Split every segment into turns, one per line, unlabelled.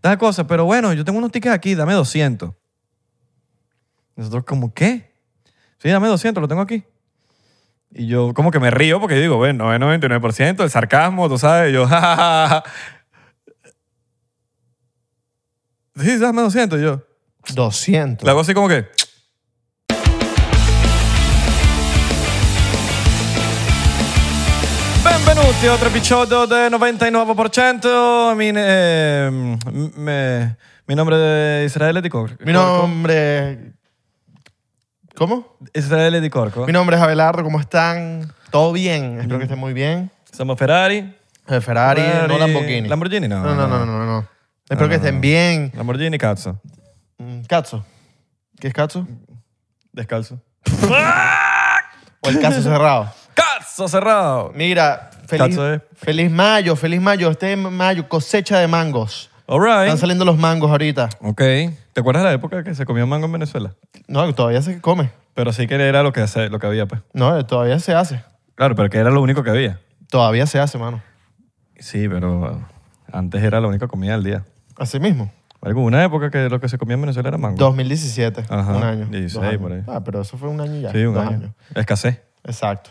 Tal cosa, pero bueno, yo tengo unos tickets aquí, dame 200. Nosotros como, ¿qué? Sí, dame 200, lo tengo aquí. Y yo como que me río porque yo digo, bueno, 99%, el sarcasmo, tú sabes, yo, ja, ja, ja, ja. Sí, dame 200, yo.
200.
La hago así como que. Benvenuti a otro episodio de 99%. Mi, eh, m- me- mi nombre es Israele Di Corco.
Mi nombre. ¿Cómo?
Israele Di Corco.
Mi nombre es Abelardo, ¿cómo están? ¿Todo bien? Espero que estén muy bien.
Somos Ferrari.
Eh, Ferrari, no Lamborghini.
Lamborghini, no.
No, no, no, no, no. Espero que estén bien.
Lamborghini Cazzo.
Mm, Cazzo. ¿Qué es Cazzo?
Descalzo.
O el caso cerrado.
¡Cazzo cerrado!
Mira, feliz,
Cazzo es.
feliz mayo, feliz mayo. Este mayo, cosecha de mangos.
All right.
Están saliendo los mangos ahorita.
Ok. ¿Te acuerdas de la época que se comió mango en Venezuela?
No, todavía se come.
Pero sí que era lo que, hace- lo que había, pues.
No, eh, todavía se hace.
Claro, pero que era lo único que había.
Todavía se hace, mano.
Sí, pero antes era la única comida del día.
Así mismo.
Algo, una época que lo que se comía en Venezuela era mango.
2017.
Ajá,
Un año.
16
dos años.
por ahí.
Ah, pero eso fue un año ya.
Sí, un
dos
año.
años.
Escasez.
Exacto.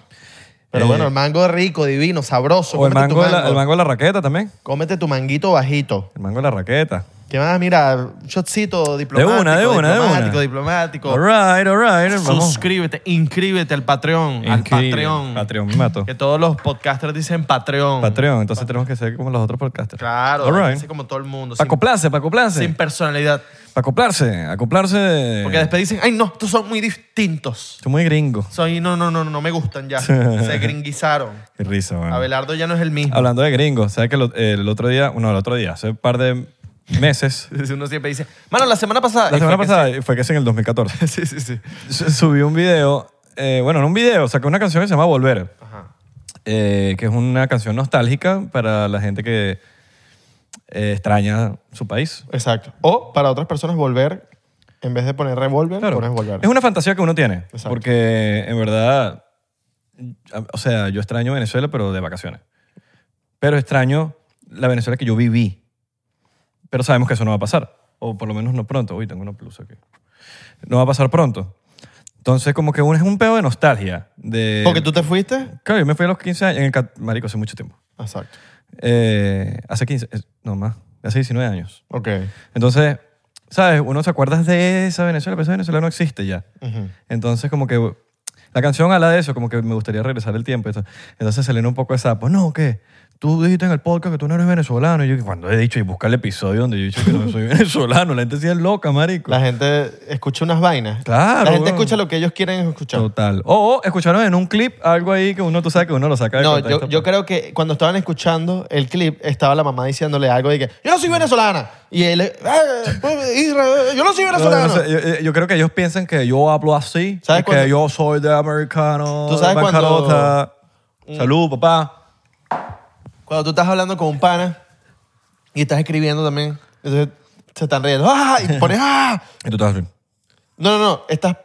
Pero
Eh,
bueno, el mango es rico, divino, sabroso.
O el
Cómete tu
mango, de la, el mango de la raqueta también.
Cómete tu manguito bajito.
El mango de la raqueta.
¿Qué más? Mira, un shotcito diplomático.
una, de una, de una.
Diplomático, diplomático.
All right, all right. Vamos.
Suscríbete, inscríbete al Patreon. Al
Increíble.
Patreon.
Patreon, me mató.
Que todos los podcasters dicen Patreon.
Patreon, entonces tenemos que ser como los otros podcasters.
Claro,
All right.
así como todo el mundo.
Pa'
Sin,
acoplarse, para acoplarse.
sin personalidad.
Para acoplarse, acoplarse.
Porque después dicen, ay no, estos son muy distintos.
Soy muy gringo.
Soy, no, no, no, no me gustan ya. Se gringuizaron.
Qué risa, man.
Abelardo ya no es el mismo.
Hablando de gringos, ¿sabes que lo- el otro día, no, el otro día, hace un par de meses,
Uno siempre dice, mano, la semana pasada.
la
Y fue
semana
que
pasada, y fue que es en el 2014,
sí, sí, sí.
su- subí un video, eh, bueno, no un video, saqué una canción que se llama Volver,
Ajá.
eh, que es una canción nostálgica para la gente que eh, extraña su país.
Exacto. O para otras personas volver, en vez de poner revólver,
Claro.
pones volver.
Es una fantasía que uno tiene,
Exacto.
porque en verdad, o sea, yo extraño Venezuela, pero de vacaciones. Pero extraño la Venezuela que yo viví. Pero sabemos que eso no va a pasar, o por lo menos no pronto. Uy, tengo una plusa aquí. No va a pasar pronto. Entonces, como que uno es un pedo de nostalgia. De,
Porque tú te fuiste.
Claro, yo me fui a los 15 años, en el ca- marico, hace mucho tiempo.
Exacto.
Eh, hace 15, eh, no más, hace 19 años.
Ok.
Entonces, ¿sabes? Uno se acuerda de esa Venezuela, pero esa Venezuela no existe ya.
Ujú.
Entonces, como que la canción habla de eso, como que me gustaría regresar el tiempo. y tal. Entonces se le un poco de sapo. No, ¿qué? Tú dijiste en el podcast que tú no eres venezolano. Y yo, cuando he dicho, y busca el episodio donde yo he dicho que no soy venezolano. La gente sí es loca, marico.
La gente escucha unas vainas.
Claro,
La gente
weón.
escucha lo que ellos quieren escuchar.
Total. O, o escucharon en un clip algo ahí que uno, tú sabes, que uno lo saca de
No,
contexto,
yo, yo
pues.
creo que cuando estaban escuchando el clip, estaba la mamá diciéndole algo de que yo no soy venezolana. Y él, eh, pues, Israel, yo no soy
No,
venezolano.
no sé, yo, yo- yo creo que ellos piensan que yo hablo así, y
¿Sabes cuándo?
que yo soy de americano,
¿Tú sabes
de
cuándo- Mm.
bancarrota. Salud, papá.
Cuando tú estás hablando con un pana y estás escribiendo también, entonces se están riendo. ¡Ah! Y te pones ¡Ah!
Y tú estás así.
No, no, no. Estás,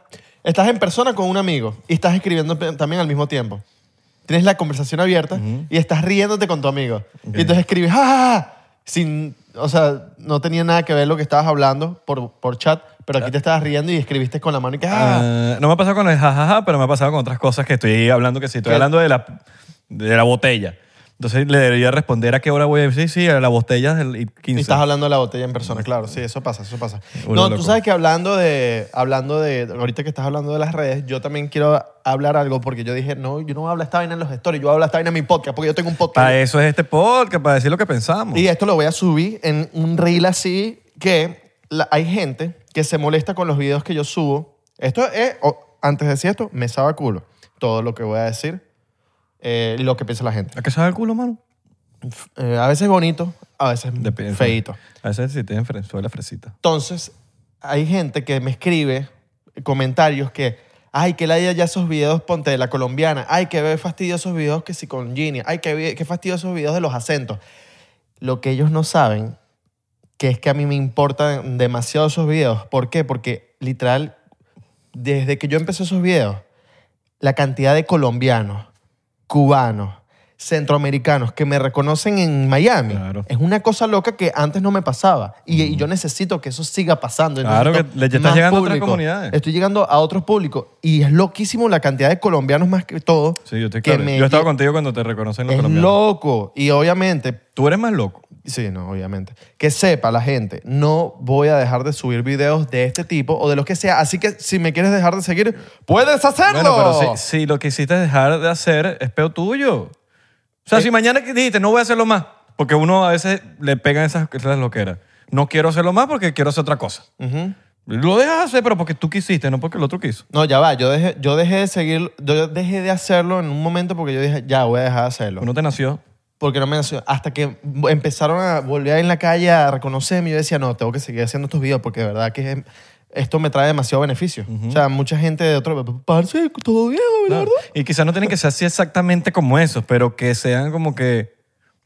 estás en persona con un amigo y estás escribiendo pe- también al mismo tiempo. Tienes la conversación abierta y estás riéndote con tu amigo. Y entonces escribes ¡Ah! Sin, o sea, no tenía nada que ver lo que estabas hablando por, por chat, pero aquí te estabas riendo y escribiste con la mano y que ¡Ah!
Ah, no me ha pasado con el jajaja, pero me ha pasado con otras cosas que estoy hablando que sí. Estoy
¿Qué?
hablando de la, de la botella. Entonces le debería responder a qué hora voy a decir, sí, a la botella del y 15.
Y estás hablando de la botella en persona, claro. Sí, eso pasa, eso pasa.
Uno
no,
loco.
tú sabes que hablando de, hablando de, ahorita que estás hablando de las redes, yo también quiero hablar algo porque yo dije, no, yo no hablo esta vaina en los stories, yo hablo esta vaina en mi podcast porque yo tengo un podcast.
Para eso es este podcast, para decir lo que pensamos.
Y esto lo voy a subir en un reel así que la- hay gente que se molesta con los videos que yo subo. Esto es, o- antes de decir esto, me sabe a culo todo lo que voy a decir, eh, lo que piensa la gente.
¿A qué sabe el culo, mano?
Eh, a veces bonito, a veces
Depende.
feito.
A veces si tienen fre- suele la fresita.
Entonces, hay gente que me escribe comentarios que, ay, que la ya esos videos, ponte de la colombiana, ay, que ve fastidiosos videos que si con Ginny, ay, que, ve- que fastidiosos videos de los acentos. Lo que ellos no saben, que es que a mí me importan demasiado esos videos. ¿Por qué? Porque literal, desde que yo empecé esos videos, la cantidad de colombianos, cubanos, centroamericanos que me reconocen en Miami
Claro.
es una cosa loca que antes no me pasaba. Y, y yo necesito que eso siga pasando.
Claro,
Necesito
que le- ya estás
más
llegando a otras
público.
comunidades.
Estoy llegando a otros públicos. Y es loquísimo la cantidad de colombianos más que todo.
Sí, yo estoy
que
claro.
me-
Yo he estado contigo cuando te reconocen los
Es
colombianos.
loco. Y obviamente
Tú eres más loco.
Sí, no, obviamente. Que sepa la gente, no voy a dejar de subir videos de este tipo o de los que sea. Así que si me quieres dejar de seguir, puedes hacerlo.
Bueno, pero si, si lo que hiciste es dejar de hacer, es peo tuyo. O
Eh.
sea, si mañana que dijiste, no voy a hacerlo más, porque uno a veces le pegan esas, esas loqueras. No quiero hacerlo más porque quiero hacer otra cosa.
Ujú.
Lo dejas hacer, pero porque tú quisiste, no porque el otro quiso.
No, ya va. Yo dejé, yo dejé de seguir, yo dejé de hacerlo en un momento porque yo dije, ya voy a dejar de hacerlo.
Uno te nació.
Porque no me nació. Hasta que empezaron a volver en la calle a reconocerme, yo decía, no, tengo que seguir haciendo estos videos porque de verdad que es- esto me trae demasiado beneficio. O sea, mucha gente de otro, parce, todo bien, Abelardo.
Y quizás no tienen que ser así exactamente como esos, pero que sean como que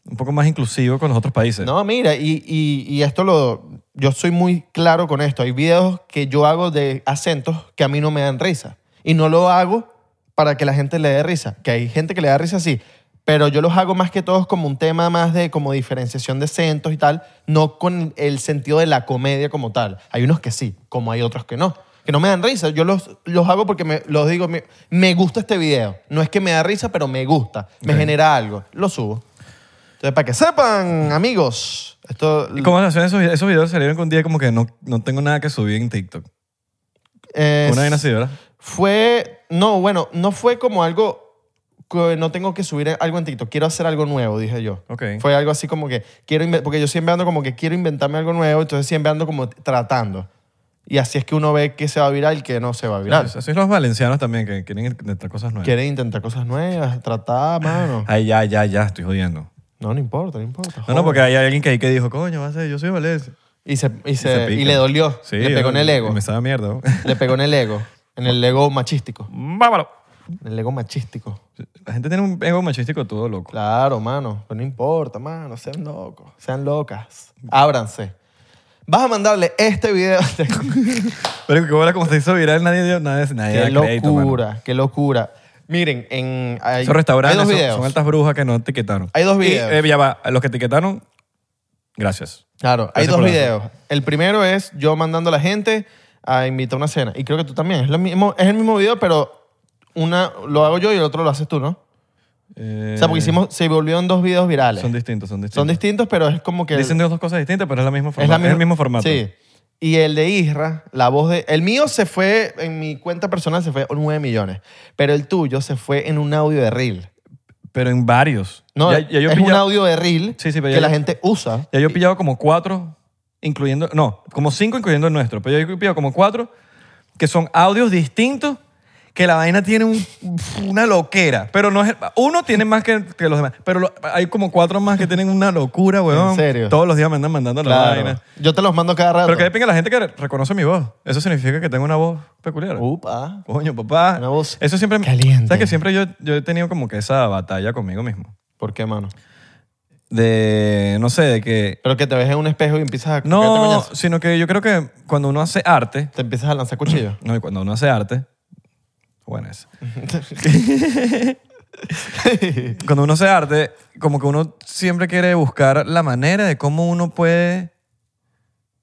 un poco más inclusivos con los otros países.
No, mira, y, y- y esto lo. Yo soy muy claro con esto. Hay videos que yo hago de acentos que a mí no me dan risa. Y no lo hago para que la gente le dé risa. Que hay gente que le da risa, sí. Pero yo los hago más que todos como un tema más de como diferenciación de acentos y tal, no con el sentido de la comedia como tal. Hay unos que sí, como hay otros que no. Que no me dan risa. Yo los, los hago porque me, los digo, me, me gusta este video. No es que me da risa, pero me gusta. Me
Ok.
genera algo. Lo subo. Entonces, para que sepan, amigos, esto
¿Y cómo se hacen esos, esos videos? Salieron con un día como que no, no tengo nada que subir en TikTok.
eh,
Una vez así, ¿verdad?
fue, no, bueno, no fue como algo que no tengo que subir algo en TikTok, quiero hacer algo nuevo, dije yo.
Ok.
Fue algo así como que quiero inven- porque yo siempre ando como que quiero inventarme algo nuevo, entonces siempre ando como tratando. Y así es que uno ve que se va a viral y que no se va a viral.
Así son los valencianos también, que quieren intentar cosas nuevas.
Quiere intentar cosas nuevas, tratar, mano.
Ay, ya, ya, ya, estoy jodiendo.
No, no importa, no importa.
No,
joder.
no, porque hay alguien que ahí que dijo, coño, va a ser, yo soy Valencia.
Y, se, y,
se
se- y
pica.
le dolió,
Sí,
le pegó en el
yo-
ego,
Me estaba mierda. ¿no?
le pegó en el ego, en el ego machístico.
Vámonos.
El ego machístico.
La gente tiene un ego machístico todo loco.
Claro, mano. Pero no importa, mano. Sean locos. Sean locas. Ábranse. Vas a mandarle este video.
Pero que ahora como se hizo viral, nadie dio, nadie, nadie
qué
da crédito, mano.
locura, qué locura. Miren, en. Hay,
Esos restaurantes
hay dos
son-
videos.
Son, altas brujas que no etiquetaron.
Hay dos
Y,
videos.
eh, ya va, a los que etiquetaron, gracias.
Claro, hay
Gracias
dos
por la-
videos. El primero es yo mandando a la gente a invitar a una cena. Y creo que tú también. Es, lo mismo, es el mismo video, pero una lo hago yo y el otro lo haces tú, ¿no?
Eh,
O sea, porque hicimos, se volvieron dos videos virales.
Son
Son,
distintos, son distintos.
distintos, pero es como que.
Dicen dos cosas distintas, pero es, la misma
Es,
forma-
la
es
misma-
el mismo formato.
Sí. Y el de Isra, la voz de... El mío se fue, en mi cuenta personal se fue 9 millones, pero el tuyo se fue en un audio de reel.
Pero en varios.
No,
Ya- ya yo
es
pillaba-
un audio de reel
Sí, sí, pero
que
ya
la
yo-
gente usa.
Ya yo he pillado como cuatro, incluyendo, no, como cinco incluyendo el nuestro, pero yo he pillado como cuatro que son audios distintos que la vaina tiene un- una loquera, pero no es, uno tiene más que, que los demás, pero lo- hay como cuatro más que tienen una locura, weón.
¿En serio?
Todos los días me andan mandando la
Claro.
vaina.
Yo te los mando cada rato.
Pero que hay pinga la gente que re- reconoce mi voz. Eso significa que tengo una voz peculiar.
Upa.
Coño, papá.
Uh. Una voz
Eso siempre...
caliente.
¿Sabes que siempre yo, yo he tenido como que esa batalla conmigo mismo?
¿Por qué, mano?
De, no sé, de que
Pero que te ves en un espejo y empiezas a... cogerte
No,
coñazos.
sino que yo creo que cuando uno hace arte,
Te empiezas a lanzar cuchillos.
no, y cuando uno hace arte, bueno, es. cuando uno hace arte, como que uno siempre quiere buscar la manera de cómo uno puede.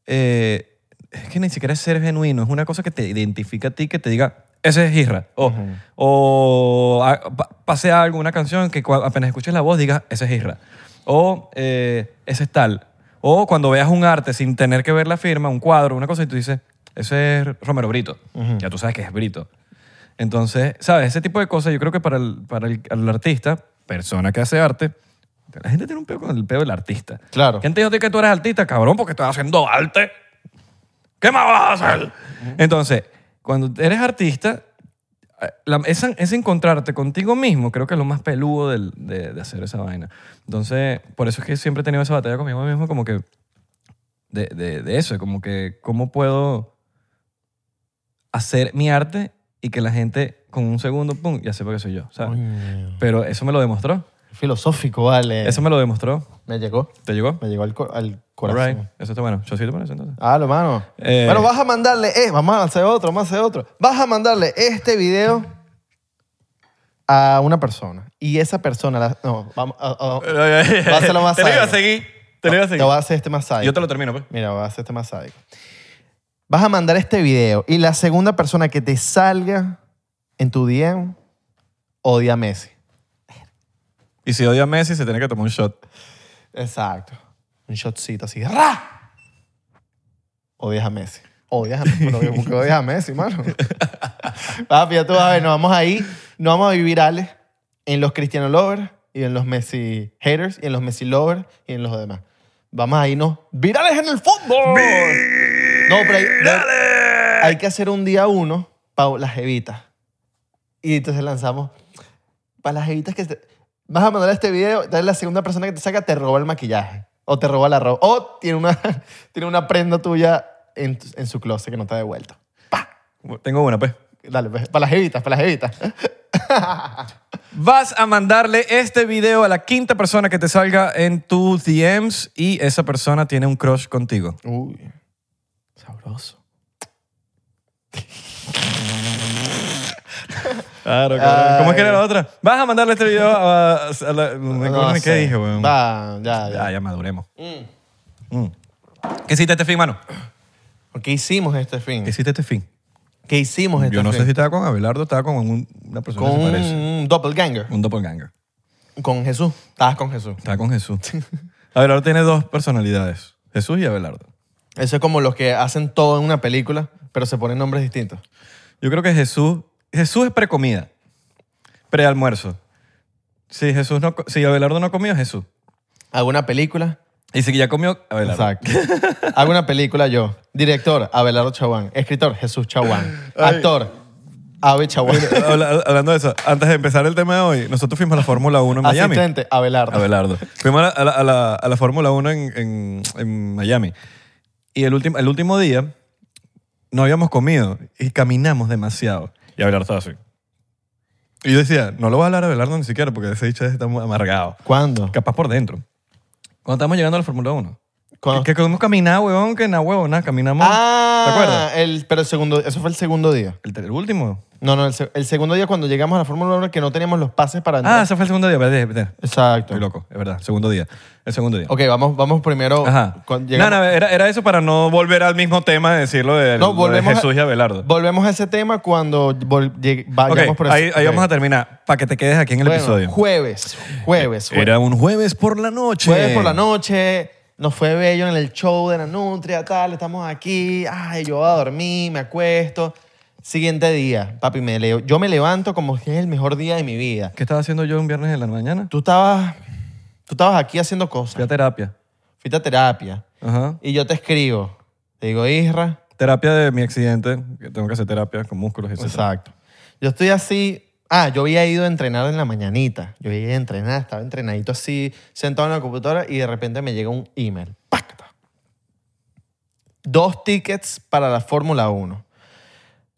eh, es que ni siquiera es ser genuino, es una cosa que te identifica a ti, que te diga, ese es Isra. O, o a- pa- pase algo, una canción que cua- apenas escuches la voz digas, ese es Isra. O eh, ese es tal. O cuando veas un arte sin tener que ver la firma, un cuadro, una cosa, y tú dices, ese es Romero Brito. Ya tú sabes que es Brito. Entonces, ¿sabes? Ese tipo de cosas, yo creo que para el, para el, al artista, persona que hace arte, la gente tiene un peo con el peo del artista.
Claro.
¿Quién te dijo a ti que tú eres artista, cabrón? Porque estás haciendo arte. ¿Qué más vas a hacer? Entonces, cuando eres artista, eh, la- esa- ese encontrarte contigo mismo creo que es lo más peludo del- de, de hacer esa vaina. Entonces, por eso es que siempre he tenido esa batalla conmigo mismo, como que de, de, de eso, como que cómo puedo hacer mi arte y que la gente con un segundo, pum, ya sepa que soy yo, ¿sabes?
Coño.
Pero eso me lo demostró.
Filosófico, vale.
Eso me lo demostró.
Me llegó.
¿Te llegó?
Me llegó al, co- al
Alright.
corazón.
Eso está bueno. Yo sí te parece entonces.
Ah, lo mano.
Eh.
bueno, vas a mandarle, eh, vamos a hacer otro, vamos a hacer otro. Vas a mandarle este video a una persona y esa persona... la- no, vamos... ah, ah,
Eh, Va
a ser lo más
Te lo iba a
sádico.
seguir. Te lo iba a
te
seguir.
voy a hacer este más sádico.
Yo te lo termino, pues.
Mira, voy a hacer este más sádico. Vas a mandar este video y la segunda persona que te salga en tu DM odia a Messi.
Y si odia a Messi, se tiene que tomar un shot.
Exacto. Un shotcito así. ¡Ra! Odias a Messi. Odias a Messi. Pero ¿por qué odias a Messi, mano? Papi, ya tú vas a ver, nos vamos ahí, nos vamos a vivir virales en los Cristiano Lovers y en los Messi haters y en los Messi Lovers y en los demás. Vamos a irnos virales en el
¡Oh!
fútbol. No, pero hay, hay que hacer un día uno para las jevitas. Y entonces lanzamos para las jevitas que te- vas a mandar este video, dale a la segunda persona que te saca, te roba el maquillaje. O te roba la ropa. O tiene una, tiene una prenda tuya en, tu- en su closet que no te ha devuelto.
Tengo una, pues.
Dale, pues, para las jevitas, para las jevitas.
Vas a mandarle este video a la quinta persona que te salga en tus DMs y esa persona tiene un crush contigo.
Uy, sabroso.
Claro,
claro.
¿Cómo es que era la otra? Vas a mandarle este video a, a la... me acuerdo ni ¿Qué
sé.
dije, weón?
Va, ya, ya.
Ya, ya maduremos. Mm. ¿Qué hiciste este fin, mano?
Mm. ¿Qué hicimos este fin?
¿Qué hiciste este fin?
¿Qué hicimos este
Yo no
fin?
sé si estaba con Abelardo, estaba con un- una persona
Con
que se
un,
parece.
un doppelganger.
Un doppelganger.
Con Jesús. Estabas con Jesús.
Estaba con Jesús. Abelardo tiene dos personalidades. Jesús y Abelardo.
Eso es como los que hacen todo en una película, pero se ponen nombres distintos.
Yo creo que Jesús, Jesús es precomida, prealmuerzo. Si Jesús no, co- si Abelardo no comió, es Jesús.
Hago una película.
Y si ya comió, Abelardo.
Exacto. Hago una película yo. Director, Abelardo Chaguán. Escritor, Jesús Chaguán.
Ay.
Actor, Abe Chaguán.
Habla- hablando de eso, antes de empezar el tema de hoy, nosotros fuimos a la Fórmula 1 en
Ah,
Miami.
Asistente, Abelardo.
Abelardo. Fuimos a la, a la- a la- a la Fórmula 1 en, en- en Miami. Y el, último el último día no habíamos comido y caminamos demasiado. Y Abelardo estaba así. Y yo decía, no lo voy a hablar a Abelardo ni siquiera porque ese dicho está muy amargado.
¿Cuándo?
Capaz por dentro. Cuando estamos llegando a la Fórmula 1.
¿Cuándo?
Que, que hemos caminado, huevón, que na huevo, nada, caminamos.
Ah,
¿Te acuerdas?
El, pero el segundo, eso fue el segundo día.
El, el último.
No, no, el, se- el segundo día cuando llegamos a la Fórmula 1 que no teníamos los pases para
Ah,
entrar.
ese fue el segundo día. Espérate, espérate.
Exacto.
Estoy loco, es verdad. Segundo día. El segundo día.
Ok, vamos, vamos primero.
Ajá.
Cuando
No,
llegamos-
no, era, era eso para no volver al mismo tema de decirlo de, lo
No,
de
volvemos a-
Jesús y Abelardo.
Volvemos a ese tema cuando vol- llegue-
Ok,
vayamos por
ahí,
ese-
ahí
ok.
vamos a terminar para que te quedes aquí en el
Bueno,
episodio. Eh,
Jueves, jueves, jueves.
Era un jueves por la noche.
Jueves por la noche, nos fue bello en el show de la nutria, tal, estamos aquí, ay, yo voy a dormir, me acuesto. Siguiente día, papi, me leo, yo me levanto como que es el mejor día de mi vida.
¿Qué estaba haciendo yo un viernes en la mañana?
Tú estabas, tú estabas aquí haciendo cosas,
Fui a terapia.
fuiste a terapia,
Ajá.
y yo te escribo, te digo, Isra,
Terapia de mi accidente. que Tengo que hacer terapia con músculos, etc.
exacto. Yo estoy así, ah, yo había ido a entrenar en la mañanita, yo había ido a entrenar, estaba entrenadito así, sentado en la computadora, y de repente me llega un email, ¡pac! dos tickets para la Fórmula 1.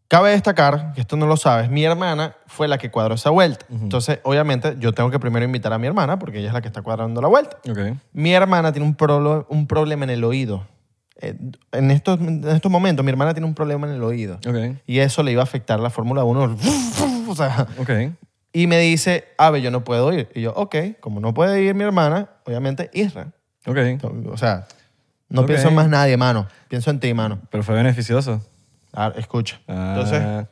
Cabe destacar, que esto no lo sabes, mi hermana fue la que cuadró esa vuelta. Entonces, obviamente, yo tengo que primero invitar a mi hermana porque ella es la que está cuadrando la vuelta.
Ok.
Mi hermana tiene un, prolo- un problema en el oído. Eh, en, estos, en estos momentos, mi hermana tiene un problema en el oído.
Ok.
Y eso le iba a afectar la Fórmula 1. O sea,
Ok.
y me dice, Ave, yo no puedo ir. Y yo, ok, como no puede ir mi hermana, obviamente, Isra.
Ok.
O sea, no
Ok.
pienso en más nadie, mano. Pienso en ti, mano.
Pero fue beneficioso.
Ah, escucha.
Ah,
Entonces,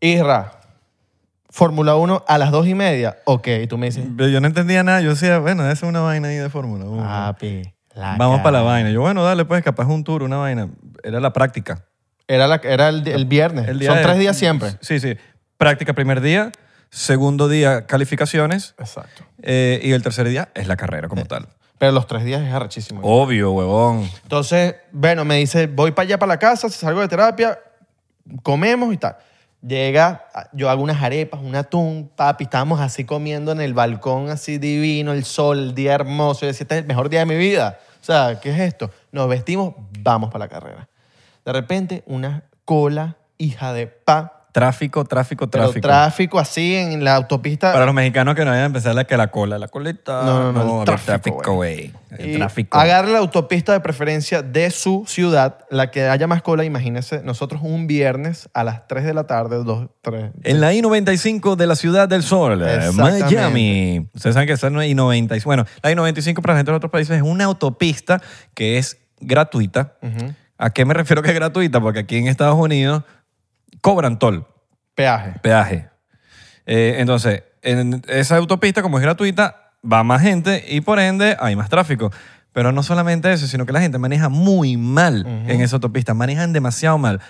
Isra, Fórmula 1 a las 2 y media. Ok, y tú me dices,
pero yo no entendía nada. Yo decía, bueno, esa es una vaina ahí de Fórmula 1.
papi, la
Vamos
cara".
para la vaina. Yo, bueno, dale, pues, capaz un tour, una vaina. Era la práctica.
Era, la- era el, el viernes.
El día
Son
de-
tres días siempre.
Sí, sí. Práctica primer día, segundo día calificaciones
Exacto.
eh, y el tercer día es la carrera
Eh,
como tal.
Pero los tres días es arrechísimo.
Obvio, huevón.
Entonces, bueno, me dice, voy para allá, para la casa, salgo de terapia, comemos y tal. Llega, yo hago unas arepas, un atún, papi, estábamos así comiendo en el balcón, así divino, el sol, el día hermoso. Yo decía, este es el mejor día de mi vida. O sea, ¿qué es esto? Nos vestimos, vamos para la carrera. De repente, una cola, hija de pa,
Tráfico, tráfico,
Pero
tráfico.
tráfico así en la autopista.
Para los mexicanos que no vayan a empezar la que la cola, la colita.
No, no, no, el
el
tráfico,
tráfico, güey.
Y
El tráfico.
Agarre la autopista de preferencia de su ciudad, la que haya más cola, imagínense, nosotros un viernes a las 3 de la tarde, 2, 3.
En la I-95 de la Ciudad del Sol, eh,
Exactamente.
Miami. Ustedes saben que esa no es I-95. Bueno, la I-95 para la gente de otros países es una autopista que es gratuita. ¿A qué me refiero que es gratuita? Porque aquí en Estados Unidos cobran toll,
Peaje.
peaje. Eh, entonces, en esa autopista, como es gratuita, va más gente y por ende hay más tráfico. Pero no solamente eso, sino que la gente maneja muy mal en esa autopista, manejan demasiado mal.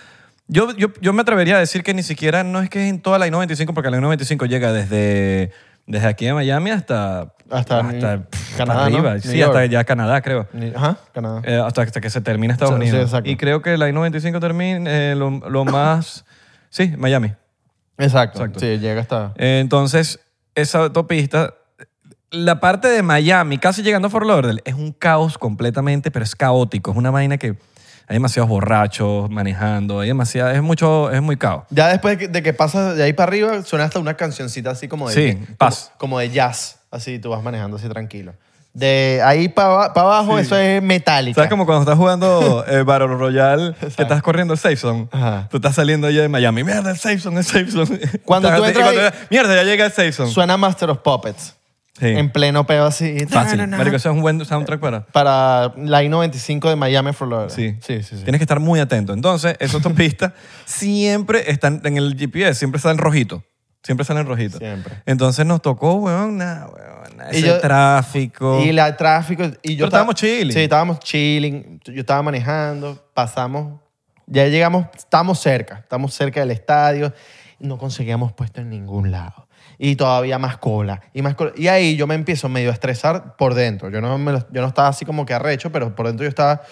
Yo, yo, yo me atrevería a decir que ni siquiera, no es que es en toda la I-95, porque la I-95 llega desde, desde aquí de Miami hasta...
Hasta
pff,
Canadá, ¿no?
arriba.
New
Sí,
York.
hasta ya Canadá, creo.
Ni- Ajá, Canadá.
Eh, hasta, hasta que se termine Estados
Sí, sí,
Unidos.
exacto.
y creo que la I-95 termina eh, lo, lo más... Sí, Miami.
Exacto.
exacto.
Sí, llega hasta.
Eh, Entonces, esa autopista, la parte de Miami, casi llegando a Fort Lauderdale, es un caos completamente, pero es caótico. Es una vaina que hay demasiados borrachos manejando, hay demasiada, es mucho, es muy caos.
Ya después de que, de que pasas de ahí para arriba, suena hasta una cancioncita así como de.
Sí,
como-
paz.
Como, de jazz. Así tú vas manejando así tranquilo. De ahí para abajo, eso es metálico.
¿Sabes como cuando estás jugando eh, Battle Royale, que estás corriendo el safe zone?
Ajá.
Tú estás saliendo allá de Miami, mierda, el safe zone, el safe zone.
Cuando tú
Y
entras ahí-
llegas, mierda, ya llega el safe zone.
Suena Master of Puppets.
Sí.
En pleno peo así.
Fácil.
Na, na, na.
Marico, eso es un buen soundtrack para...
Para la I-95 de Miami, Fort
Sí.
Lauderdale. Sí, sí, sí.
Tienes que estar muy atento. Entonces, esas autopistas siempre están en el GPS, siempre salen rojito. Siempre salen rojito.
Siempre.
Entonces nos tocó, weón, nada, weón, nah,
Y
ese
yo-
tráfico.
Y la tráfico. Y
Pero
yo
estábamos
ta-
chilling.
Sí, estábamos chilling. Yo estaba manejando. Pasamos. Ya llegamos. Estamos cerca. Estamos cerca del estadio. y No conseguíamos puesto en ningún lado. Y todavía más cola. Y más cola. Y ahí yo me empiezo medio a estresar por dentro. Yo no, me lo- yo no estaba así como que arrecho, pero por dentro yo estaba.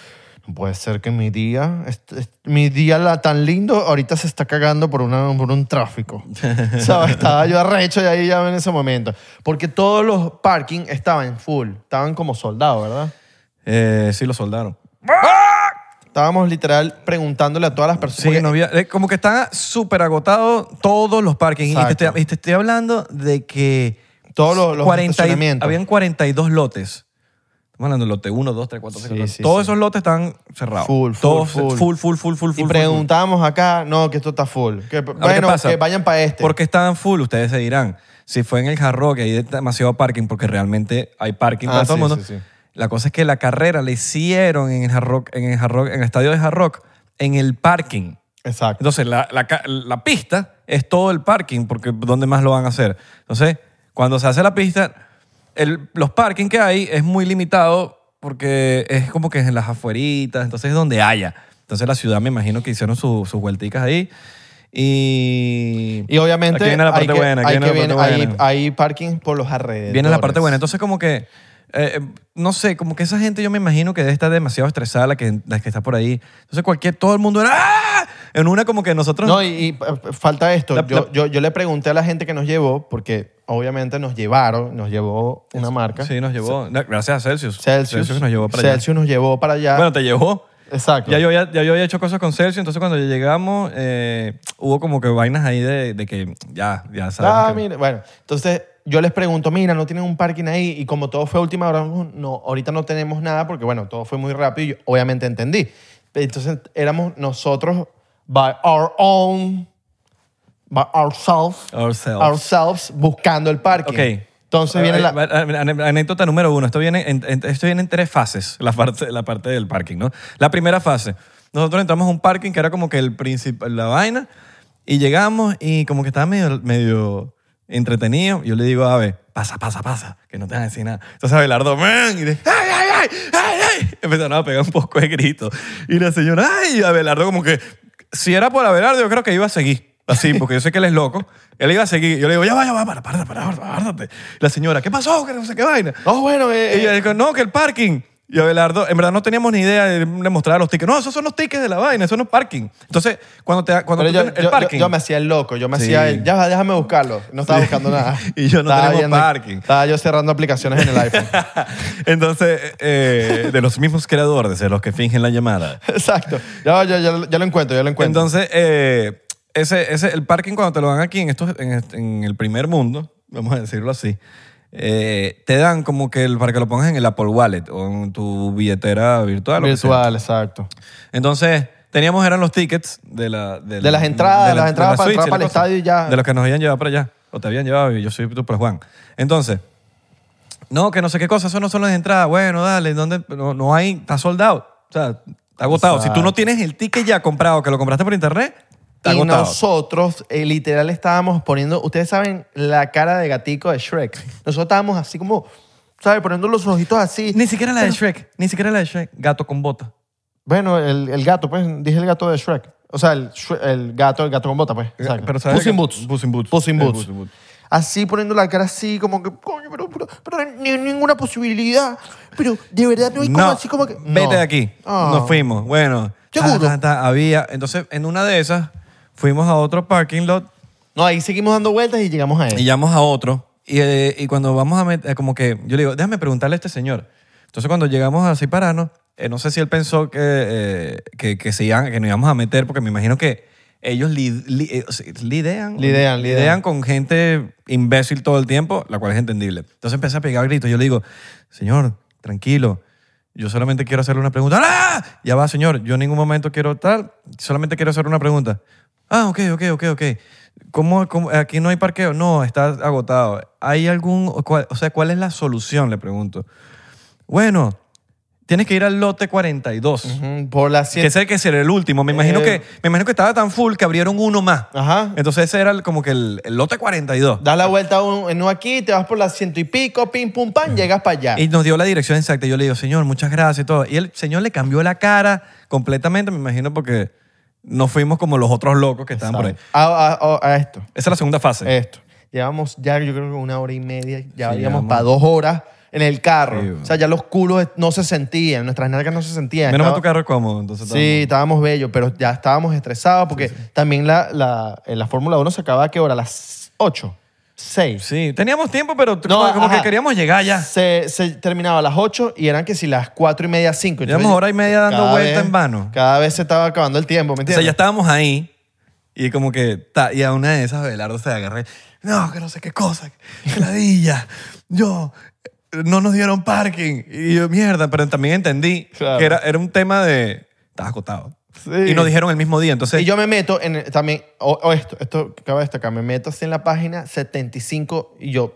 No puede ser que mi día, este- este- mi día la, tan lindo, ahorita se está cagando por, una, por un tráfico. ¿Sabes? Estaba yo arrecho y ahí ya en ese momento. Porque todos los parking estaban full, estaban como soldados, ¿verdad?
Eh, sí, lo soldaron.
Estábamos literal preguntándole a todas las personas.
Sí,
porque-
no había- eh, como que está súper agotado todos los parkings. Y te,
Exacto.
estoy, y te estoy hablando de que
Todos los- los
y-
estacionamientos.
habían 42 lotes. Estamos hablando del lote 1, 2, 3, 4, 5.
Sí, sí,
todos
sí.
esos lotes están cerrados.
Full, full,
Todos-
full.
full, full, full, full,
y
full, full.
preguntábamos acá, no, que esto está full. Que,
Ahora, ¿qué
bueno,
pasa?
que vayan para este.
¿Por qué estaban full? Ustedes se dirán. Si fue en el Hard Rock, que hay demasiado parking, porque realmente hay parking para
Ah,
todo el
sí,
mundo.
sí, sí.
La cosa es que la carrera la hicieron en el Hard Rock, en el, Hard Rock- en el estadio de Hard Rock, en el parking.
Exacto.
Entonces, la, la ca- la pista es todo el parking, porque ¿dónde más lo van a hacer? Entonces, cuando se hace la pista, el- los parking que hay es muy limitado porque es como que en las afueritas, entonces es donde haya. Entonces, la ciudad me imagino que hicieron su- sus vuelticas ahí y...
Y obviamente
Aquí viene la parte
hay que,
buena, aquí
hay,
viene
que
la
viene-
parte
hay-
buena.
hay parking por los alrededores.
Viene la parte buena. Entonces, como que, eh, no sé, como que esa gente yo me imagino que debe estar demasiado estresada, la que, la que está por ahí. Entonces, cualquier, todo el mundo era... ¡Ah! En una como que nosotros...
No, y, y, eh, falta esto.
La-
yo,
la-
Yo, yo le pregunté a la gente que nos llevó, porque obviamente nos llevaron, nos llevó una marca.
Sí, nos llevó. No, Gracias a Celsius.
Celsius.
nos llevó para allá.
Celsius ah. nos llevó para allá.
Bueno, te llevó.
Exacto.
Ya yo, había- ya yo había hecho cosas con Celsius, entonces cuando llegamos eh, hubo como que vainas ahí de, de que ya, ya sabemos.
Ah,
que-
mira. Bueno, entonces yo les pregunto, mira, ¿no tienen un parking ahí? Y como todo fue a última hora, no, ahorita no tenemos nada porque, bueno, todo fue muy rápido y yo obviamente entendí. Entonces éramos nosotros by our own, by ourselves,
Ourselves.
ourselves buscando el parking.
Ok.
Entonces viene
Eh,
la...
eh, ane- Anécdota número uno. Esto viene en, en- esto viene en tres fases, la parte, la parte del parking, ¿no? La primera fase. Nosotros entramos a un parking que era como que el principal, la vaina, y llegamos y como que estaba medio, medio entretenido. Yo le digo a Ave, pasa, pasa, pasa, que no te van a decir nada. Entonces Abelardo, man, y de, ay, ay, ay, ay, ay. Empezaron a pegar un poco de grito. Y la señora, ay, y Abelardo como que, si era por Abelardo, yo creo que iba a seguir. Así, porque yo sé que él es loco. Él iba a seguir. Yo le digo, ya va, ya va, para, para, para, para, apártate. La señora, ¿qué pasó? Que no sé qué vaina.
Oh, bueno, eh,
Y
eh,
ella dijo, no, que el parking. Y Abelardo, en verdad no teníamos ni idea de de mostrar los tickets. No, esos son los tickets de la vaina, eso no es parking. Entonces, cuando te cuando
Pero
tú
yo,
tienes el
yo-
parking.
yo- yo me hacía el loco, yo me
Sí.
hacía el, ya va, déjame buscarlo. No estaba buscando nada.
Y yo, no
Estaba
tenemos parking.
Estaba yo cerrando aplicaciones en el iPhone.
Entonces, eh, de los mismos creadores, de los que fingen la llamada.
Exacto. Ya, ya, ya, ya lo encuentro, ya lo encuentro.
Entonces, eh, ese, ese, el parking cuando te lo dan aquí en, estos, en, est- en el primer mundo, vamos a decirlo así, eh, te dan como que el, para que lo pongas en el Apple Wallet o en tu billetera virtual. lo que sea.
Virtual, exacto.
Entonces, teníamos, eran los tickets de, la, del-
De las entradas, las
de
entradas
la
para
suite
entrar
y la
para el
cosa.
estadio y ya.
De los que nos habían llevado para allá. O te habían llevado y yo soy tú, pero Juan. Entonces, no, que no sé qué cosa, eso no son las entradas. Bueno, dale, ¿dónde? No, no hay, está soldado. O sea, está agotado. Si tú no tienes el ticket ya comprado, que lo compraste por internet, está
y
agotado.
nosotros, eh, literal, estábamos poniendo, ustedes saben, la cara de gatico de Shrek. Nosotros estábamos así como, ¿sabes? Poniendo los ojitos así.
Ni siquiera la de Shrek, ni siquiera la de Shrek. Gato con bota.
Bueno, el, el gato, pues, dije el gato de Shrek. O sea, el, Shre- el gato, el gato con bota, pues. exacto.
Eh, Pero ¿sabes
Puss in
que-
Boots.
Puss in Boots.
Puss in
Eh,
Boots.
Puss in Boots.
Así poniendo la cara así, como que, coño, pero, pero, pero ni- ninguna posibilidad. Pero de verdad no hay como así como que.
Vete
No.
de aquí.
Ah.
Nos fuimos. Bueno.
Seguro.
ta, ta, ta, había. Entonces, en una de esas, fuimos a otro parking lot
No, ahí seguimos dando vueltas y llegamos a él.
y llamamos a otro. Y, eh, y cuando vamos a met- eh, como que, yo le digo, déjame preguntarle a este señor. Entonces, cuando llegamos así pararnos, eh, no sé si él pensó que, eh, que, que se iban- que nos íbamos a meter, porque me imagino que ellos li- li- eh, o sea, lidean,
Lidean, lidean.
con gente imbécil todo el tiempo, la cual es entendible. Entonces empecé a pegar gritos. Yo le digo, señor, tranquilo. Yo solamente quiero hacerle una pregunta. ¡Ah! Ya va, señor. Yo en ningún momento quiero tal. Solamente quiero hacerle una pregunta. Ah, ok, ok, ok, ok. ¿Cómo, cómo- aquí no hay parqueo? No, está agotado. ¿Hay algún... o cuál- o sea, ¿cuál es la solución? Le pregunto. Bueno, tienes que ir al lote 42.
Ujú, Por la
Que
siete.
sé que será el último. Me imagino,
Eh.
que, me imagino que estaba tan full que abrieron uno más.
Ajá.
Entonces ese era el- como que el, el lote 42.
Das la vuelta un- en uno aquí, te vas por la ciento y pico, pim, pum, pam, llegas para allá.
Y nos dio la dirección exacta. Yo le digo, señor, muchas gracias y todo. Y el señor le cambió la cara completamente, me imagino, porque no fuimos como los otros locos que estaban por ahí.
A, a- a- a esto,
Esa es la segunda fase.
esto. Llevamos ya, yo creo que una hora y media, ya
Sí,
íbamos
llevamos.
para dos horas en el carro.
Sí,
o sea, ya los culos no se sentían, nuestras nalgas no se sentían.
Menos mal
Estaba-
tu carro es cómodo. Entonces
Sí, estábamos bellos, pero ya estábamos estresados porque también la, la, eh, la Fórmula 1 se acaba a qué hora? A las 8, 6.
Sí, teníamos tiempo, pero
No,
como, como
ajá.
que queríamos llegar ya.
Se, se terminaba a las 8 y eran que si las 4 y media, 5.
Llevamos hora y media dando vuelta en vano.
Cada vez se estaba acabando el tiempo, ¿me
O sea,
entiendes?
ya estábamos ahí y como que... ta- y a una de esas Belardo se agarré. No, que no sé qué cosa. que Ladilla. Yo... eh, No nos dieron parking. Y yo, mierda, pero también entendí
Claro.
que era, era un tema de... Estás agotado.
Sí.
Y nos dijeron el mismo día. Entonces,
Y yo me meto en también, o, o esto, esto que acabo de destacar, me meto así en la página 75 y yo, o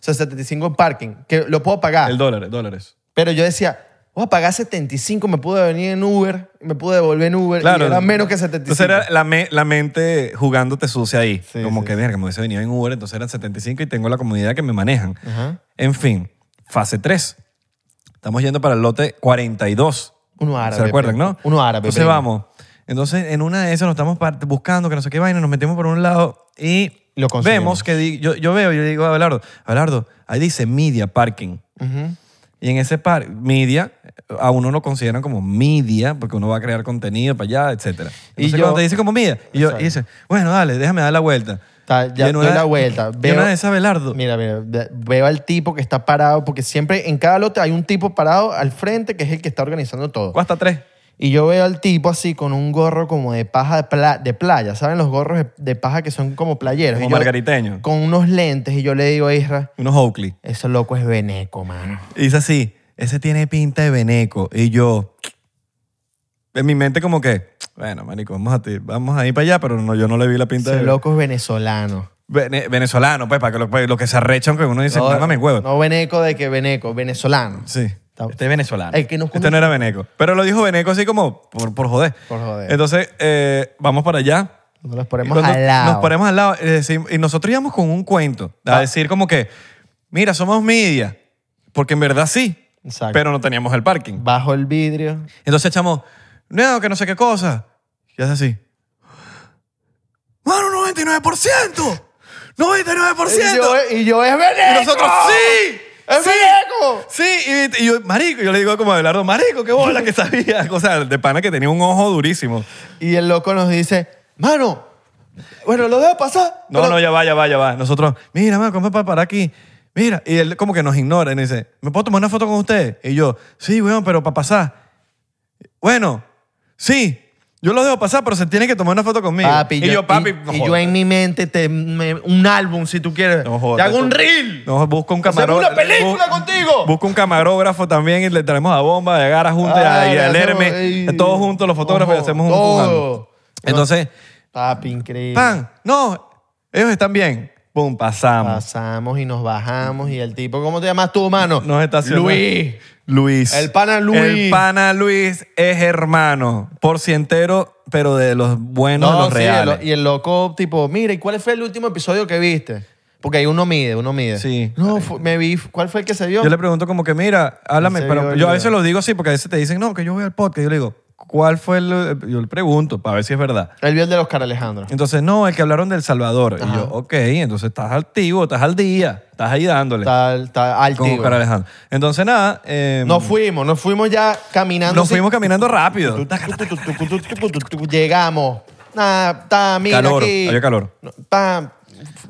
sea, 75 en parking, que lo puedo pagar.
El dólar, dólares.
Pero yo decía, voy a pagar 75, me pude venir en Uber, me pude devolver en Uber, y era menos que 75.
Entonces era la, me- la mente jugándote sucia ahí.
Sí,
como
sí,
que, verga, me hubiese venido en Uber, entonces eran 75 y tengo la comodidad que me manejan.
Ajá.
En fin, fase 3. Estamos yendo para el lote 42.
Uno árabe.
¿Se acuerdan,
primo.
no?
Uno árabe.
Entonces
primo.
vamos. Entonces, en una de esas nos estamos par- buscando, que no sé qué vaina, nos metemos por un lado y
Lo conseguimos.
vemos que di- yo, yo veo, yo digo a Abelardo, Abelardo, ahí dice media parking.
Ujú.
Y en ese par, media, a uno lo consideran como media, porque uno va a crear contenido para allá, etc.
Y
y
yo-
cuando te dice como media, y yo y
Exacto.
dice, bueno, dale, déjame dar la vuelta.
Ta- ya
Y en
doy la vuelta,
y en
veo-
una de esas, Belardo.
Mira, mira, de- veo al tipo que está parado, porque siempre en cada lote hay un tipo parado al frente que es el que está organizando todo.
Cuesta tres.
Y yo veo al tipo así con un gorro como de paja de, pla- de playa, ¿saben? Los gorros de, de paja que son como playeros.
Como
Y yo-
margariteño.
Con unos lentes y yo le digo a Isra,
Unos Oakley.
ese loco es veneco, mano.
Y dice así, ese tiene pinta de veneco. Y yo, en mi mente como que, bueno, marico, vamos a, ti- vamos a ir para allá, pero no, yo no le vi la pinta
Ese
de
loco es venezolano.
Vene- venezolano, pues, para que lo, pues, lo que se arrecha, aunque uno dice, no, me huevo.
no veneco de que veneco, venezolano.
Sí.
Está-
Este es venezolano.
El que nos
este no era veneco. Pero lo dijo veneco así como por, por joder.
Por joder.
Entonces, eh, vamos para allá.
Nos los
Y
ponemos
cuando
al lado.
Nos ponemos al lado. eh, decimos- y nosotros íbamos con un cuento. A
Ah.
decir como que, mira, somos media. Porque en verdad sí.
Exacto.
Pero no teníamos el parking.
Bajo el vidrio.
Entonces echamos, no, que no sé qué cosa. Y hace así. ¡Mano, 99%! ¡99%!
Y yo, eh. y yo, es
Y
veneco.
nosotros, ¡sí!
¡Es
¡Sí!
veneco!
Sí, y, y yo, marico, yo le digo como a Abelardo, marico, qué bola que sabía. O sea, de pana que tenía un ojo durísimo.
Y el loco nos dice, mano, bueno, lo dejo pasar.
No,
pero-
no, ya va, ya va, ya va. Nosotros, mira, mano, ¿cómo para parar aquí? Mira, y él como que nos ignora y nos dice, ¿me puedo tomar una foto con usted? Y yo, sí, weón, pero para pasar. Bueno, sí. Yo los dejo pasar, pero se tiene que tomar una foto conmigo.
Papi,
y yo, papi, no
y, yo
jodas.
en mi mente, te, me- un álbum si tú quieres.
No jodas,
te hago un
tú.
reel.
No, busca un
Hacemos
camarógrafo.
una película
Bu-
contigo.
Busca un camarógrafo también y le traemos a Bomba, a Gara juntos, y a-
Ay,
y a
hacemos-
Lerme.
ay.
Todos juntos los fotógrafos y
Ojo,
hacemos un- un,
todo.
álbum. Entonces,
Papi, increíble.
pan, no, ellos están bien. Pum, pasamos.
Pasamos y nos bajamos y el tipo, ¿cómo te llamas tú, mano?
Nos estacionamos.
Luis.
Luis.
El pana Luis.
El pana Luis es hermano, porcientero, pero de los buenos, de los
sí,
reales.
el lo- y el loco, tipo, mira, ¿y cuál fue el último episodio que viste? Porque ahí uno mide, uno mide.
Sí.
No, fu- me vi, ¿cuál fue el que se vio?
Yo le pregunto como que, mira, háblame,
se vio
pero
el
yo a
video.
veces lo digo así porque a veces te dicen, no, que yo voy al podcast. Yo le digo, ¿cuál fue el...? Yo le pregunto para ver si es verdad.
Él vio el de Oscar Alejandro.
Entonces, no, el que hablaron del Salvador. Y
Ajá.
yo, ok, entonces estás activo, estás al día, estás ahí dándole.
Está, está
con
altivo.
Oscar Alejandro. Entonces, nada, eh,
Nos fuimos, nos fuimos ya caminando.
nos
así.
fuimos caminando rápido.
Llegamos. Nada, ta, mira
Calor,
aquí.
había calor.
No, ta,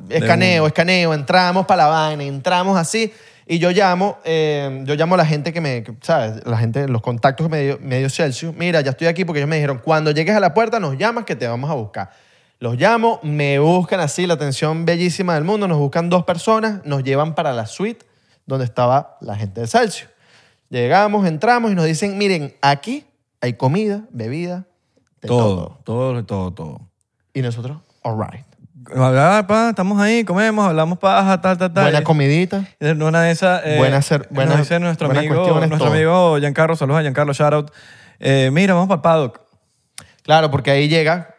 escaneo, escaneo. Entramos para la vaina, entramos así. Y yo llamo, eh, yo llamo a la gente que me, que, ¿sabes? La gente, los contactos que me dio, me dio Celsius. Mira, ya estoy aquí porque ellos me dijeron, cuando llegues a la puerta nos llamas que te vamos a buscar. Los llamo, me buscan así, la atención bellísima del mundo. Nos buscan dos personas, nos llevan para la suite donde estaba la gente de Celsius. Llegamos, entramos y nos dicen, miren, aquí hay comida, bebida, de
Todo, todo, todo, todo.
Y nosotros, all right.
Hablaba, pa, estamos ahí, comemos, hablamos paja, tal, tal, tal.
Buena comidita.
Una de esas. eh,
Buena ser-
nos
buena-
dice nuestro
buenas
amigo,
cuestiones,
nuestro
todo.
amigo Giancarlo, saludos a Giancarlo, shout out. Eh, mira, vamos para el paddock.
Claro, porque ahí llega.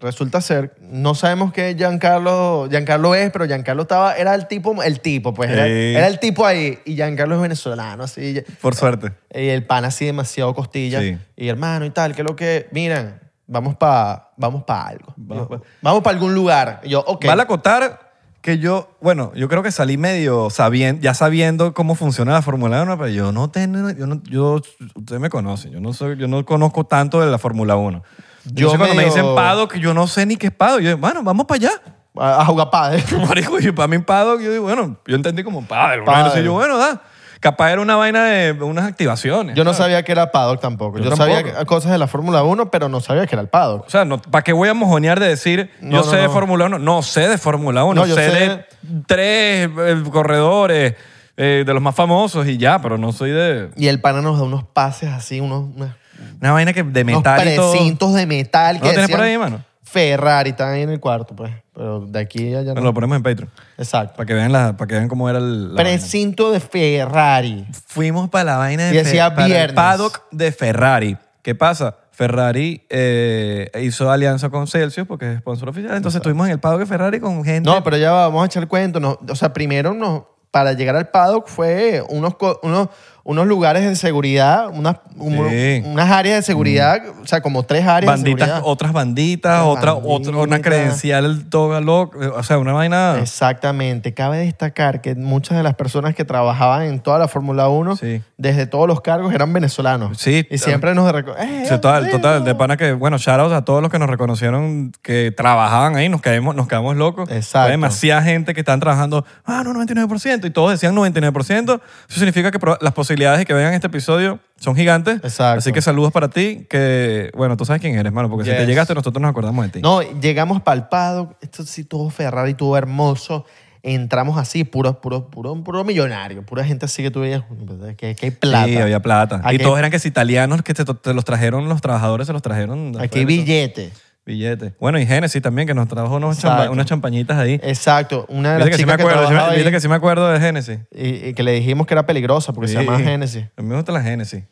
Resulta ser, no sabemos qué Giancarlo, Giancarlo es, pero Giancarlo estaba, era el tipo, el tipo, pues, era,
Sí.
era el tipo ahí. Y Giancarlo es venezolano, así. Y
Por suerte.
el pan así demasiado costilla.
Sí.
Y hermano y tal, que lo que, miran, vamos para vamos pa algo.
Vamos
Vamos
pa-
para algún lugar. Y yo, ok.
Vale acotar que yo, bueno, yo creo que salí medio sabiendo, ya sabiendo cómo funciona la Fórmula 1, pero yo no tengo, yo no, yo, ustedes me conocen, yo no soy, yo no conozco tanto de la Fórmula 1. Yo
Yo
cuando me
medio-
dicen paddock, yo no sé ni qué es paddock. Yo digo, bueno, vamos para allá.
A, a jugar padre.
Marico, y para mí paddock, yo digo, bueno, yo entendí como padre. Y
Pádel.
yo, bueno, da. Capaz era una vaina de unas activaciones.
Yo no sabía que era paddock tampoco.
Yo
Yo, sabía
tampoco.
que- cosas de la Fórmula 1, pero no sabía que era el paddock.
O sea, no, ¿para qué voy a mojonear de decir yo
No, no,
sé de
no.
Fórmula 1? No, sé de Fórmula 1.
No, yo
sé,
sé-
de tres eh, corredores eh, de los más famosos y ya, pero no soy de...
Y el pana nos da unos pases así, unos, unas-
Una vaina que de
unos
metal y todo.
precintos de metal.
¿No
que
lo tenés por
decían
ahí, mano?
Ferrari, están ahí en el cuarto, pues. Pero de aquí a allá no.
Lo ponemos en Patreon.
Exacto.
Para que vean, la, para que vean cómo era el... la vaina.
Precinto de Ferrari.
Fuimos para la vaina de
Y decía
para el
viernes.
paddock de Ferrari. ¿Qué pasa? Ferrari eh, hizo alianza con Celsius porque es sponsor oficial. Entonces estuvimos en el paddock de Ferrari con gente...
No, pero ya va, vamos a echar el cuento. No, o sea, primero nos, para llegar al paddock fue unos, co- unos, unos lugares de seguridad, unas, un-
Sí. Mm.
unas áreas de seguridad, o sea, como tres áreas de
banditas,
seguridad.
otras banditas,
Otras
otra, otra, una
banditas.
credencial toda loca, eh, o sea, una vaina.
Exactamente. Cabe destacar que muchas de las personas que trabajaban en toda la Fórmula 1,
Sí.
desde todos los cargos, eran venezolanos.
Sí.
Y siempre nos reco-
O
¡Eh,
sea, total,
Andrés!
total, de pana que, bueno, shoutouts a todos los que nos reconocieron que trabajaban ahí, nos quedamos, nos quedamos locos.
Exacto.
Hay demasiada gente que están trabajando, ah, no, 99%, y todos decían 99%. Eso significa que proba- las posibilidades de que vean este episodio son gigantes.
Exacto.
Así que saludos para ti, que, bueno, tú sabes quién eres, mano, porque si te
Yes.
llegaste, nosotros nos acordamos de ti.
No, llegamos palpado. Esto sí, todo Ferrari, todo hermoso. Entramos así, puros, puros, puros, puro millonario. Pura gente así que tú veías pues, que, que hay plata.
Sí, había plata.
Aquí,
Y todos eran que si italianos que te, te los trajeron, los trabajadores se los trajeron. de
aquí hay
afuera y todo.
billete.
Billete. Bueno, y Genesis también, que nos trajo unos
Exacto.
champa- unas champañitas ahí.
Exacto. Una de
Viste
las
que,
chicas
sí
que,
me acuerdo, sí me-
trabajaba ahí
viste que sí me acuerdo de Genesis.
y, y que le dijimos que era peligrosa porque se
Sí.
llama Genesis.
A mí me gustan las Genesis.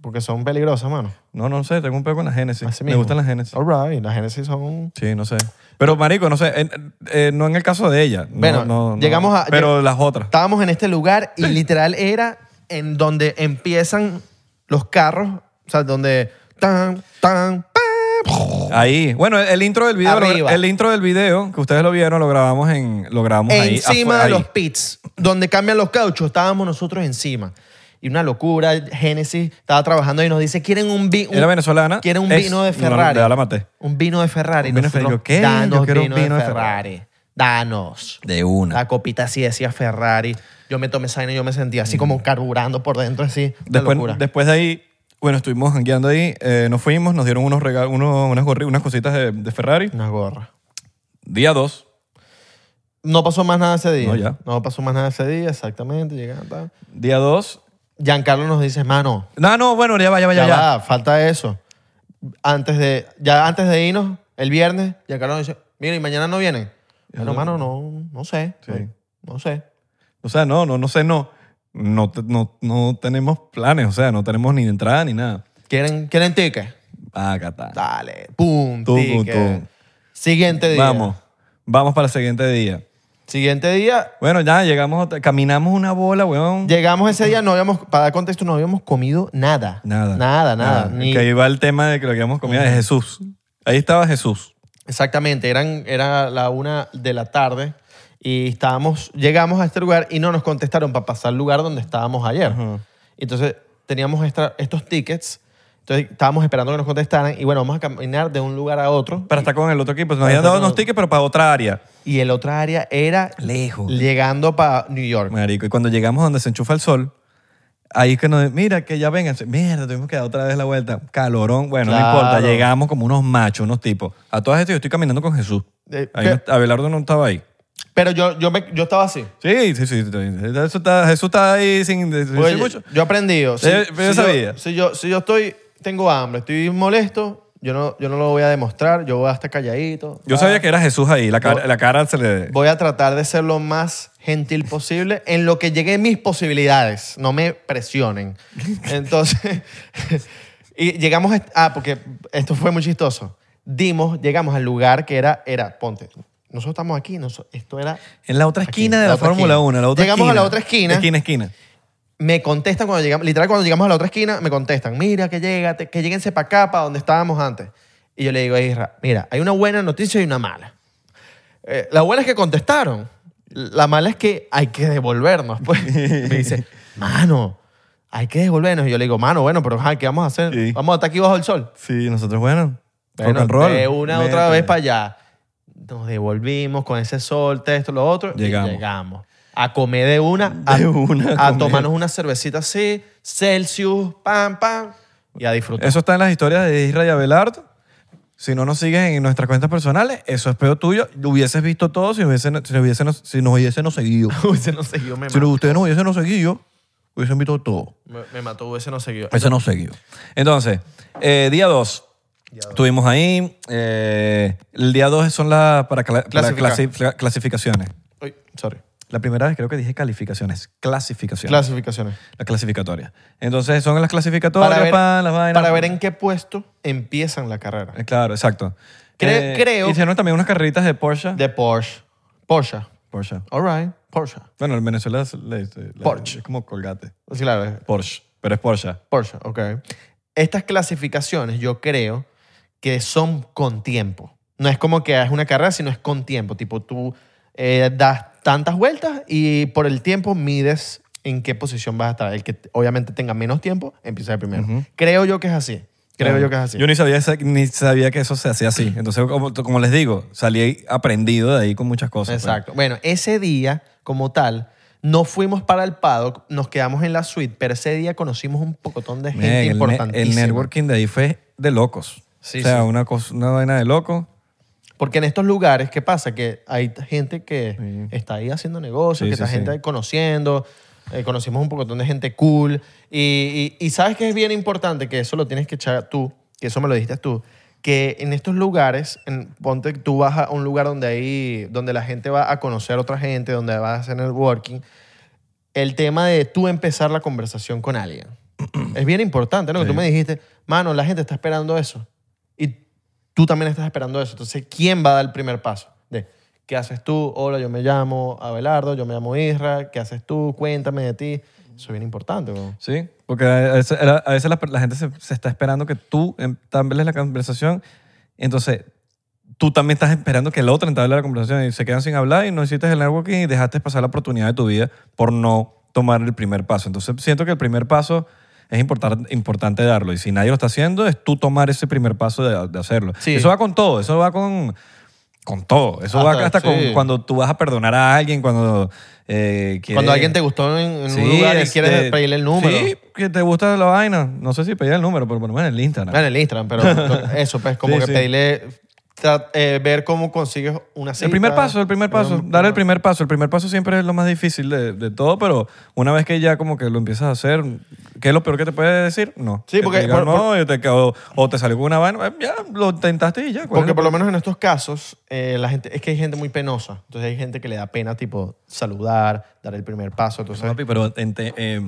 Porque son peligrosas, mano.
No, no sé, tengo un peo con las Genesis.
Así
me
mismo.
gustan las Genesis.
All right, las Genesis son
Sí, no sé. Pero, marico, no sé, en- eh, no en el caso de ella. No,
Bueno,
no, no.
llegamos a-
Pero las otras.
Estábamos en este lugar y literal era en donde empiezan los carros, o sea, donde tan, tan, pam,
Ahí. Bueno, el, el intro del video, lo-
Arriba.
el intro del video que ustedes lo vieron, lo grabamos en, lo grabamos ahí.
encima
afu-
de
ahí.
los pits, donde cambian los cauchos, estábamos nosotros encima. Y una locura, Genesis estaba trabajando y nos dice, ¿quieren un vino?
Era venezolana.
¿Quieren un
Es-
vino de
no, no,
Ferrari?
ya la maté.
Un vino de Ferrari.
Un vino de
Nosotros,
Ferrari. Yo, ¿qué?
Danos
Yo quiero un
vino,
vino de
de Ferrari. Danos.
De una.
La copita así decía Ferrari. Yo me tomé esa vaina y yo me sentía así como carburando por dentro, así. Una
Mm. Después,
locura.
después de ahí Bueno, estuvimos jangueando ahí, eh, nos fuimos, nos dieron unos regalos, unos, unas, gorri- unas cositas de, de Ferrari.
Unas gorras.
Día 2,
No pasó más nada ese día.
No, ya.
No pasó más nada ese día, exactamente. Llegaron tal.
día 2.
Giancarlo nos dice, mano,
No, no, bueno, ya va, ya va, ya,
ya,
va.
va, falta eso. Antes de, ya antes de irnos, el viernes, Giancarlo nos dice, mira, ¿y mañana no vienen? Bueno, mano, no, no sé.
Sí.
No, no sé.
O sea, no, no, no sé, no. No, te- no, no tenemos planes, o sea, no tenemos ni entrada ni nada.
¿Quieren, quieren ticket?
Ah, catá.
Dale,
Tum,
pum,
pum,
ticket.
tum.
Siguiente día.
Vamos, vamos para el siguiente día.
Siguiente día,
Bueno, ya llegamos, otra- caminamos una bola, weón.
llegamos ese día, no habíamos, para dar contexto, no habíamos comido nada.
Nada.
Nada, nada. Ni-
Que ahí va el tema de que lo que habíamos comido de Jesús. Ahí estaba Jesús.
Exactamente, eran, era la una de la tarde y estábamos, llegamos a este lugar y no nos contestaron para pasar al lugar donde estábamos ayer.
Ajá.
Entonces teníamos esta- estos tickets, entonces estábamos esperando que nos contestaran y bueno, vamos a caminar de un lugar a otro
Para estar con el otro equipo. Nos
Para
habían
estar
dado
con-
unos tickets, pero para otra área.
y el otra área era
Lejos.
llegando para New York.
Marico, y cuando llegamos donde se enchufa el sol, ahí es que nos mira, que ya vengan. Mierda, tuvimos que dar otra vez la vuelta. Calorón, bueno, no
Claro.
importa. Llegamos como unos machos, unos tipos. A todas estas yo estoy caminando con Jesús.
Eh,
Ahí
pe-
no- Abelardo no estaba ahí.
Pero yo, yo, me- yo estaba así.
Sí, sí, sí. está bien. Eso está- Jesús está ahí sin decir
Porque
mucho.
yo, yo aprendí. o Si,
Eh, pero yo
si
sabía.
Yo, si, yo, si yo estoy, tengo hambre, estoy molesto, yo no, yo no lo voy a demostrar, yo voy a estar calladito.
Yo
Ah.
sabía que era Jesús ahí. La cara, la cara se le...
Voy a tratar de ser lo más gentil posible en lo que llegue mis posibilidades. No me presionen. Entonces, y llegamos. est- Ah, porque esto fue muy chistoso. Dimos, llegamos al lugar que era, era, ponte, nosotros estamos aquí, noso- esto era,
En la otra
Aquí,
esquina de
la
la,
otra
Fórmula
esquina.
1. La otra
Llegamos a
esquina.
la otra esquina.
Esquina, esquina.
me contestan cuando llegamos, literal cuando llegamos a la otra esquina, me contestan, mira que llega, que lleguense para acá, para donde estábamos antes. Y yo le digo a Isra, mira, hay una buena noticia y una mala. Eh, la buena es que contestaron, la mala es que hay que devolvernos. Pues. Me dice, mano, hay que devolvernos. Y yo le digo, mano, bueno, pero ajá, ¿qué vamos a hacer?
Sí.
Vamos a estar aquí bajo el sol.
Sí, nosotros, bueno, rock
Bueno,
and roll.
de una otra
Métele.
vez para allá. Nos devolvimos con ese sol, todo esto, lo otro. y
Llegamos.
llegamos. A comer de una. A,
De una,
a
comer.
tomarnos una cervecita así, Celsius, pam, pam. Y a disfrutar.
Eso está en las historias de Israel y Abelardo. Si no nos sigues en nuestras cuentas personales, eso es peor tuyo. Lo hubieses visto todo si, hubiesen- si, hubiesen- si nos hubiésemos seguido.
Hubiese no seguido, me
si
mató.
ustedes nos hubiesen seguido, hubiesen visto todo.
Me, me mató, hubiese no seguido.
Eso no seguido. Entonces, eh, día 2. Estuvimos ahí. eh, el día 2 son las para cla- para
Clasificar.
clasi- cla- clasificaciones.
Uy, sorry.
La primera vez creo que dije calificaciones. Clasificaciones.
Clasificaciones.
las clasificatorias. Entonces, son las clasificatorias,
Para ver,
pan, las vainas.
para ver en qué puesto empiezan la carrera.
Eh, Claro, exacto. Eh,
Cre- creo-
Hicieron también unas carreritas de Porsche.
De Porsche. Porsche.
Porsche.
All right. Porsche.
Bueno, en Venezuela es- le- le-
Porsche.
es como colgate.
Sí, claro, es-
Porsche, pero es Porsche.
Porsche, ok. Estas clasificaciones yo creo que son con tiempo. No es como que es una carrera, sino es con tiempo. Tipo, tú eh, das tantas vueltas y por el tiempo mides en qué posición vas a estar. El que obviamente tenga menos tiempo empieza de primero.
Ujú.
Creo yo que es así. Creo yo que es así.
Yo ni sabía, esa- ni sabía que eso se hacía así. Entonces, como, como les digo, salí aprendido de ahí con muchas cosas. pues.
Exacto. Bueno, ese día, como tal, no fuimos para el paddock, nos quedamos en la suite, pero ese día conocimos un pocotón de gente
Men, el, ne-
importantísima.
el networking de ahí fue de locos.
Sí,
o sea,
sí.
Una, cosa, una vaina de locos.
Porque en estos lugares, ¿qué pasa? Que hay t- gente que
Sí.
está ahí haciendo negocios,
Sí,
que
sí,
está
sí.
gente ahí conociendo. eh, conocimos un poco de gente cool. Y, y- y sabes que es bien importante, que eso lo tienes que echar tú, que eso me lo dijiste tú, que en estos lugares, en, ponte que tú vas a un lugar donde, hay, donde la gente va a conocer a otra gente, donde vas a hacer networking, el tema de tú empezar la conversación con alguien. es bien importante, ¿no? Que
Sí.
tú me dijiste, mano, la gente está esperando eso. Y tú también estás esperando eso. Entonces, ¿quién va a dar el primer paso? De, ¿qué haces tú? Hola, yo me llamo Abelardo, yo me llamo Isra, ¿qué haces tú? Cuéntame de ti. Eso es bien importante, weón.
Sí, porque a veces, a veces la, la gente se, se está esperando que tú entables la conversación, entonces tú también estás esperando que el otro entable la conversación y se quedan sin hablar y no hiciste el networking y dejaste pasar la oportunidad de tu vida por no tomar el primer paso. Entonces siento que el primer paso es importar- importante darlo y si nadie lo está haciendo es tú tomar ese primer paso de, de hacerlo.
Sí.
Eso va con todo, eso va con... Con todo. Eso va
Hasta-
hasta con-
sí.
cuando tú vas a perdonar a alguien, cuando... eh, quieres-
Cuando alguien te gustó en, en un
Sí,
lugar y
este,
quieres pedirle el número.
Sí, que te gusta la vaina. No sé si pedir el número, pero por lo menos en el Instagram.
Dale el Instagram, pero lo- eso, pues, como
Sí,
que
sí.
pedirle, tra- eh, ver cómo consigues una cita.
el primer paso, el primer paso.
Pero-
Dar el primer paso. El primer paso siempre es lo más difícil de, de todo, pero una vez que ya como que lo empiezas a hacer, ¿qué es lo peor que te puede decir? No.
Sí,
Que
porque
te digan,
por-
no, yo te cago- o te salió con una vaina, eh, ya, lo intentaste y ya. pues. ¿cuál es
Porque
el
por lo menos en estos casos, eh, la gente, es que hay gente muy penosa. Entonces hay gente que le da pena, tipo, saludar, dar el primer paso. Entonces,
Papi, pero ente- eh,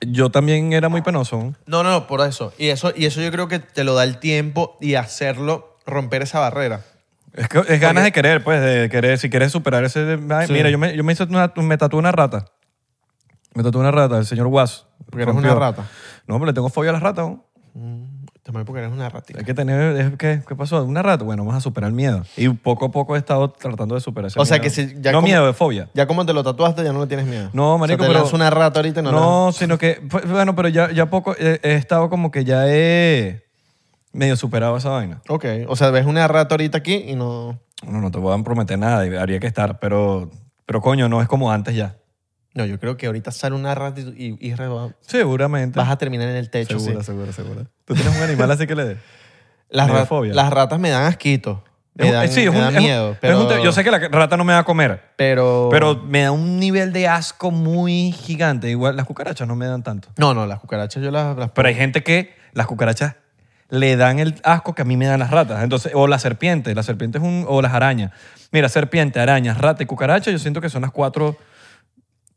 yo también era muy penoso.
no, no, no, por eso. Y eso, y eso yo creo que te lo da el tiempo y hacerlo, romper esa barrera.
Es, que- es ganas de querer, pues, de querer, si quieres superar ese... de- ay,
Sí.
Mira, yo me, yo me hice una, me tatué una rata. Me tatué una rata, el señor Guas.
Porque eres una rata.
No, pero le tengo fobia a las ratas, ¿no?
También porque eres una ratita.
Hay que tener... es que- ¿Qué pasó? ¿Una rata? Bueno, vamos a superar el miedo. Y poco a poco he estado tratando de superar ese
O sea
miedo.
que si ya
No
como-
miedo, es fobia.
Ya como te lo tatuaste, ya no le tienes miedo.
No, marico,
o sea, te
pero-
lanzo una rata ahorita y no, no.
No, sino que... pues, Bueno, pero ya, ya poco... He, he estado como que ya he... Medio superado esa vaina.
Ok, o sea, ves una rata ahorita aquí y no...
No, no te voy a prometer nada, y habría que estar, pero, pero coño, no es como antes ya.
No, yo creo que ahorita sale una rata y, y- y re- vas
Seguramente.
a terminar en el techo.
segura,
sí.
segura, segura. Tú tienes un animal así que le...
Las,
Me da
ra-
fobia.
las ratas me dan asquito.
Es
Me
un-
dan,
sí, es
me
un-
dan
es un-
miedo.
es un
pero,
te- yo sé que la rata no me va a comer,
Pero...
pero me da un nivel de asco muy gigante. Igual las cucarachas no me dan tanto.
No, no, las cucarachas yo las... las-
Pero hay gente que las cucarachas le dan el asco que a mí me dan las ratas. Entonces, o las serpientes, las serpientes es un- o las arañas. Mira, serpiente, araña, rata y cucaracha, yo siento que son las cuatro...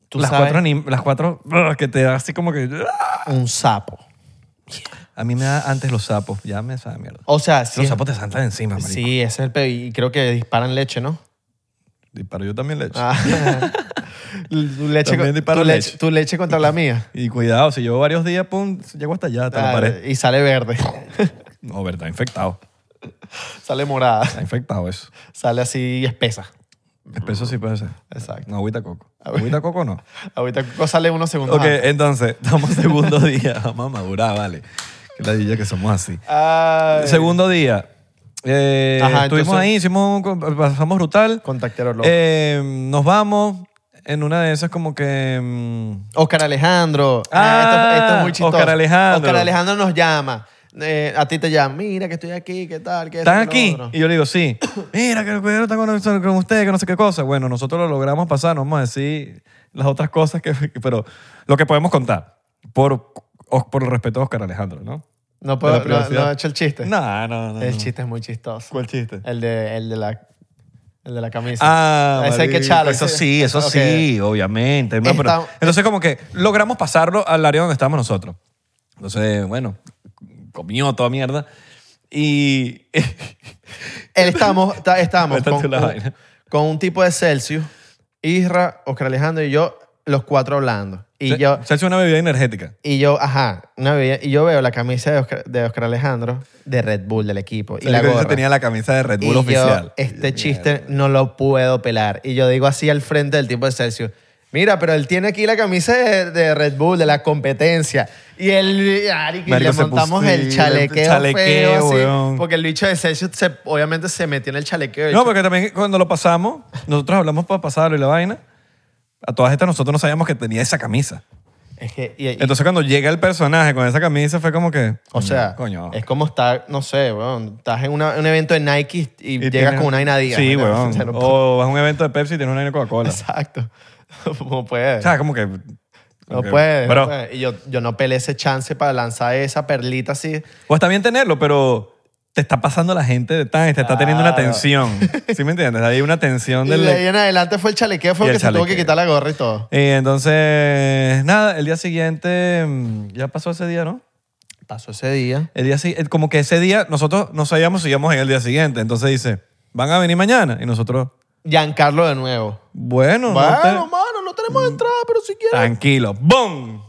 Tú
las,
sabes,
cuatro anim- las cuatro brr, que te da así como que...
un sapo.
A mí me da antes los sapos. Ya me sabe mierda.
O sea, sí,
los sapos te saltan encima, Ah, marico.
sí, ese es el peor. Y creo que disparan leche, ¿no?
Disparo yo también leche.
Ah. tu, leche,
También
con-
disparan
tu leche-
leche.
tu leche contra la mía.
Y cuidado, si llevo varios días, pum, llego hasta allá, hasta la
Ah,
pared.
y sale verde.
No, verdad, infectado.
sale morada.
Está infectado eso.
Sale así espesa.
Espeso sí puede ser.
Exacto.
No, agüita coco. Agüita coco no.
Ahorita sale unos segundos
Ok,
antes.
entonces, estamos segundo día. Vamos a madurar, vale. Que la dilla que somos así.
Ay.
Segundo día. Eh,
Ajá,
estuvimos
entonces-
ahí, hicimos un- pasamos brutal.
Contactaron los-
Eh, nos vamos. En una de esas como que... mm,
Oscar Alejandro.
Ah,
esto, esto es muy chistoso.
Oscar Alejandro.
Oscar Alejandro nos llama. Eh, a ti te llama. Mira que estoy aquí, ¿qué tal? ¿Qué
¿Están
esto, que
aquí?
lo otro?
Y yo le digo, sí. Mira, que el cuidado está con, con ustedes, que no sé qué cosa. Bueno, nosotros lo logramos pasar, no vamos a decir las otras cosas, que, pero lo que podemos contar, por, o- por el respeto a Oscar Alejandro, ¿no?
No
De
puedo,
la
no,
privacidad.
no he hecho el chiste.
No, no, no.
El
no.
chiste es muy chistoso.
¿Cuál chiste?
El de, el de la, el de la camisa.
Ah,
Ese hay que
marico,
echarlo.
Eso
ese-
sí, eso
ok.
sí, obviamente. No, pero-
Está-
entonces, como que logramos pasarlo al área donde estábamos nosotros. Entonces, bueno, comió toda mierda. Y
Él estamos, está- estamos
Cuéntate
con,
la
con-
vaina.
con un tipo de Celsius, Isra, Oscar Alejandro y yo, los cuatro hablando. Y
se,
yo,
se hace una bebida energética.
Y yo, ajá, una bebida- y yo veo la camisa de Oscar, de Oscar Alejandro de Red Bull del equipo. Y
Yo
la
creo que
gorra.
tenía la camisa de Red
y
Bull
yo,
oficial.
este
Y yo,
chiste no lo puedo pelar. Y yo digo así al frente del tipo de Celsius. Mira, pero él tiene aquí la camisa de, de Red Bull, de la competencia. Y él, ari, que
Marico,
le
se
montamos
puso-
el
sí,
chalequeo,
chalequeo,
feo, así,
weón.
porque el bicho de Celsius se- obviamente se metió en el chalequeo. el
No,
bicho-
porque también cuando lo pasamos, nosotros hablamos para pasarlo y la vaina. A todas estas nosotros no sabíamos que tenía esa camisa.
es que, y- y-
Entonces cuando llega el personaje con esa camisa fue como que...
O
coño,
sea,
Coño.
es como estar, no sé, weón, estás en una- un evento de Nike y,
Y
llegas
tiene-
con una vaina Adidas,
Sí,
¿no?
weón. Oh.
O sea, no puedo-
O vas a un evento de Pepsi y tienes una de Coca-Cola.
Exacto. Como puede.
O sea, como que...
no
como que-
puede.
Pero,
no puede. Y yo, yo no pelé ese chance para lanzar esa perlita así.
O pues está bien tenerlo, pero te está pasando la gente de tan, te está teniendo una tensión. ¿Sí me entiendes? Hay una tensión
Y
del...
de ahí en adelante fue el chalequeo, fue
Y
el
el
que se tuvo que
chalequeo.
quitar la gorra y todo.
Y entonces, nada, el día siguiente, mm, ya pasó ese día, ¿no?
Pasó ese día.
El día, si- eh, como que ese día nosotros no sabíamos si íbamos en el día siguiente. Entonces dice, van a venir mañana. Y nosotros,
Giancarlo de nuevo.
bueno, no
bueno,
te-
mano, no tenemos entrada, pero si quieres.
tranquilo. ¡Bum!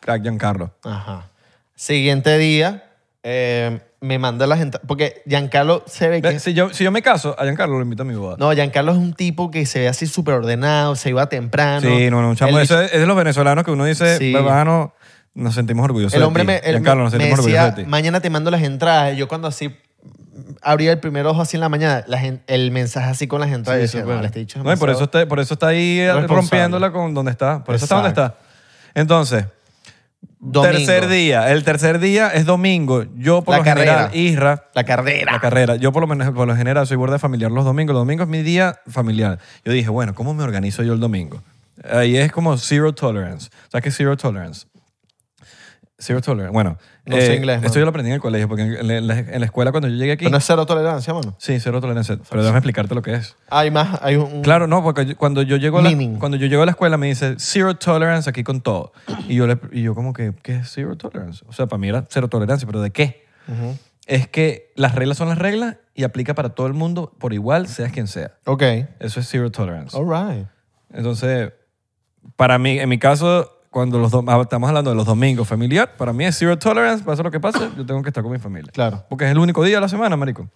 Crack Giancarlo.
Ajá. Siguiente día, eh, me manda la gente. Porque Giancarlo se ve que.
Ve, Si yo, si yo me caso, a Giancarlo lo invito a mi boda.
No, Giancarlo es un tipo que se ve así súper ordenado, se iba temprano.
sí, no, no, un chamo.
El
Eso es, es de los venezolanos que uno dice,
Sí.
"Hermano, nos sentimos orgullosos
El
de
hombre
ti.
me, él
Giancarlo, nos
me
sentimos
decía,
orgullosos de ti.
mañana te mando las entradas. Y yo cuando así abría el primer ojo así en la mañana, la gen- el mensaje así con las entradas.
Sí,
yo decía,
súper.
"No, vale, este bicho es
No, y por eso
demasiado".
está, por eso está ahí eh,
responsable.
rompiéndola con donde está. Por eso está donde está.
Exacto.
Entonces,
Domingo.
tercer día. El tercer día es domingo. Yo por
La
lo general,
carrera.
Isra,
La carrera.
la carrera. Yo por lo menos por lo general soy borde familiar los domingos. Los domingos es mi día familiar. Yo dije, bueno, ¿cómo me organizo yo el domingo? Ahí es como zero tolerance. ¿Sabes qué es zero tolerance? Zero tolerance. Bueno, eh,
No sé inglés,
esto
man.
yo lo aprendí en el colegio, porque en la, en la- en la escuela cuando yo llegué aquí...
Pero no es cero tolerancia, mano.
Sí, cero tolerancia. Pero déjame explicarte lo que es.
Hay más, hay un...
Claro, no, porque yo- cuando yo llego a la,
Meaning.
cuando yo llego a la escuela me dice zero tolerance aquí con todo. Y yo, le- y yo como que, ¿qué es zero tolerance? O sea, para mí era cero tolerancia, pero ¿de qué?
Ujú.
Es que las reglas son las reglas y aplica para todo el mundo por igual, seas quien sea.
Ok.
Eso es zero tolerance.
All right.
Entonces, para mí, en mi caso, cuando los dom- ah, estamos hablando de los domingos familiar, para mí es zero tolerance, pasa lo que pase, yo tengo que estar con mi familia.
Claro.
Porque es el único día de la semana, marico.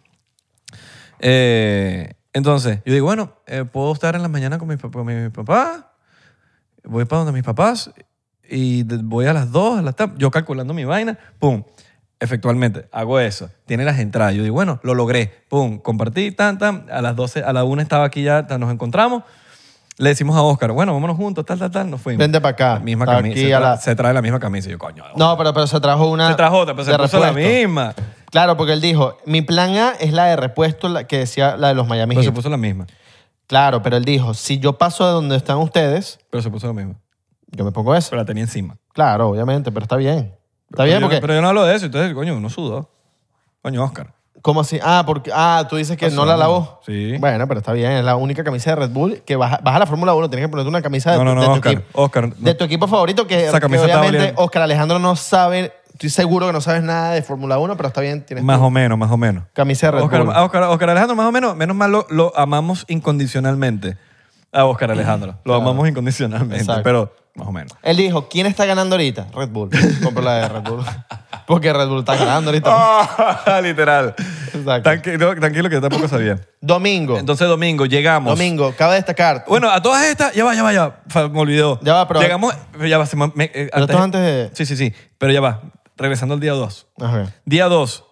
Eh, entonces, yo digo, bueno, eh, puedo estar en la mañana con mi, pa- con mi papá, voy para donde mis papás y de- voy a las 2, a las tam- yo calculando mi vaina, pum. Efectualmente, hago eso. Tiene las entradas. Yo digo, bueno, lo logré. Pum, compartí, tan, tan. A las 12, a la 1 estaba aquí ya, ta- nos encontramos. Le decimos a Oscar, bueno, vámonos juntos, tal, tal, tal. Nos fuimos.
Vente para acá.
La misma
Está
camisa.
aquí
se,
a
tra-
la-
se trae la misma camisa. Yo, coño.
No, pero, pero se trajo una...
se trajo otra, pero se
de
puso la
repuesto.
misma.
Claro, porque él dijo, mi plan A es la de repuesto, la que decía la de los Miami
Pero se
Heat".
puso la misma.
Claro, pero él dijo, si yo paso de donde están ustedes,
Pero se puso la misma.
yo me pongo eso.
Pero la tenía encima.
Claro, obviamente, pero está bien. Está
Pero
bien
yo-
porque...
Pero yo no hablo de eso. Entonces, coño, uno sudó. Coño, Oscar.
¿Cómo así? Ah, porque, ah, tú dices que
Pasó.
no la lavó.
Sí.
Bueno, pero está bien. Es la única camisa de Red Bull que baja, baja la Fórmula 1. Tienes que ponerte una camisa de,
No, no,
de
no,
tu
Oscar.
equipo.
Oscar.
De
no.
tu equipo favorito que,
Esa
que
camisa está
obviamente
oliendo.
Oscar Alejandro no sabe. Estoy seguro que no sabes nada de Fórmula 1, pero está bien. Tienes
Más
tu
o menos, más o menos.
camisa de Red
Oscar, ah.
Bull.
a Oscar, Oscar Alejandro, más o menos, menos mal lo, lo amamos incondicionalmente. A Oscar Alejandro. Lo
Claro.
amamos incondicionalmente.
Exacto.
Pero, más o menos.
Él dijo, ¿quién está ganando ahorita? Red Bull. Compro la de Red Bull. Porque Red Bull está ganando ahorita.
Ah, Literal.
Exacto.
Tranqui- no, tranquilo que yo tampoco sabía.
Domingo.
Entonces, domingo, llegamos.
Domingo. Cabe destacar.
Bueno, a todas estas, ya va, ya va, ya va. Fa- Me olvidó.
Ya va, pero-
Llegamos, ya va, se me- me- eh,
esto es antes de-
Sí, sí, sí. Pero ya va. Regresando al día 2.
Ajá.
Día 2.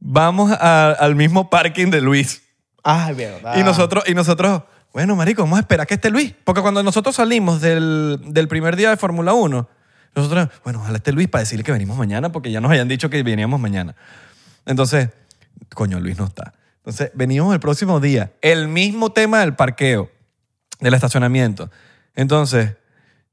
Vamos a- al mismo parking de Luis.
Ay, Ah, verdad.
Y nosotros, y nosotros, bueno, marico, vamos a esperar que esté Luis. Porque cuando nosotros salimos del, del primer día de Fórmula 1, nosotros, bueno, ojalá esté Luis para decirle que venimos mañana, porque ya nos habían dicho que veníamos mañana. Entonces, coño, Luis no está. Entonces, venimos el próximo día. El mismo tema del parqueo, del estacionamiento. Entonces,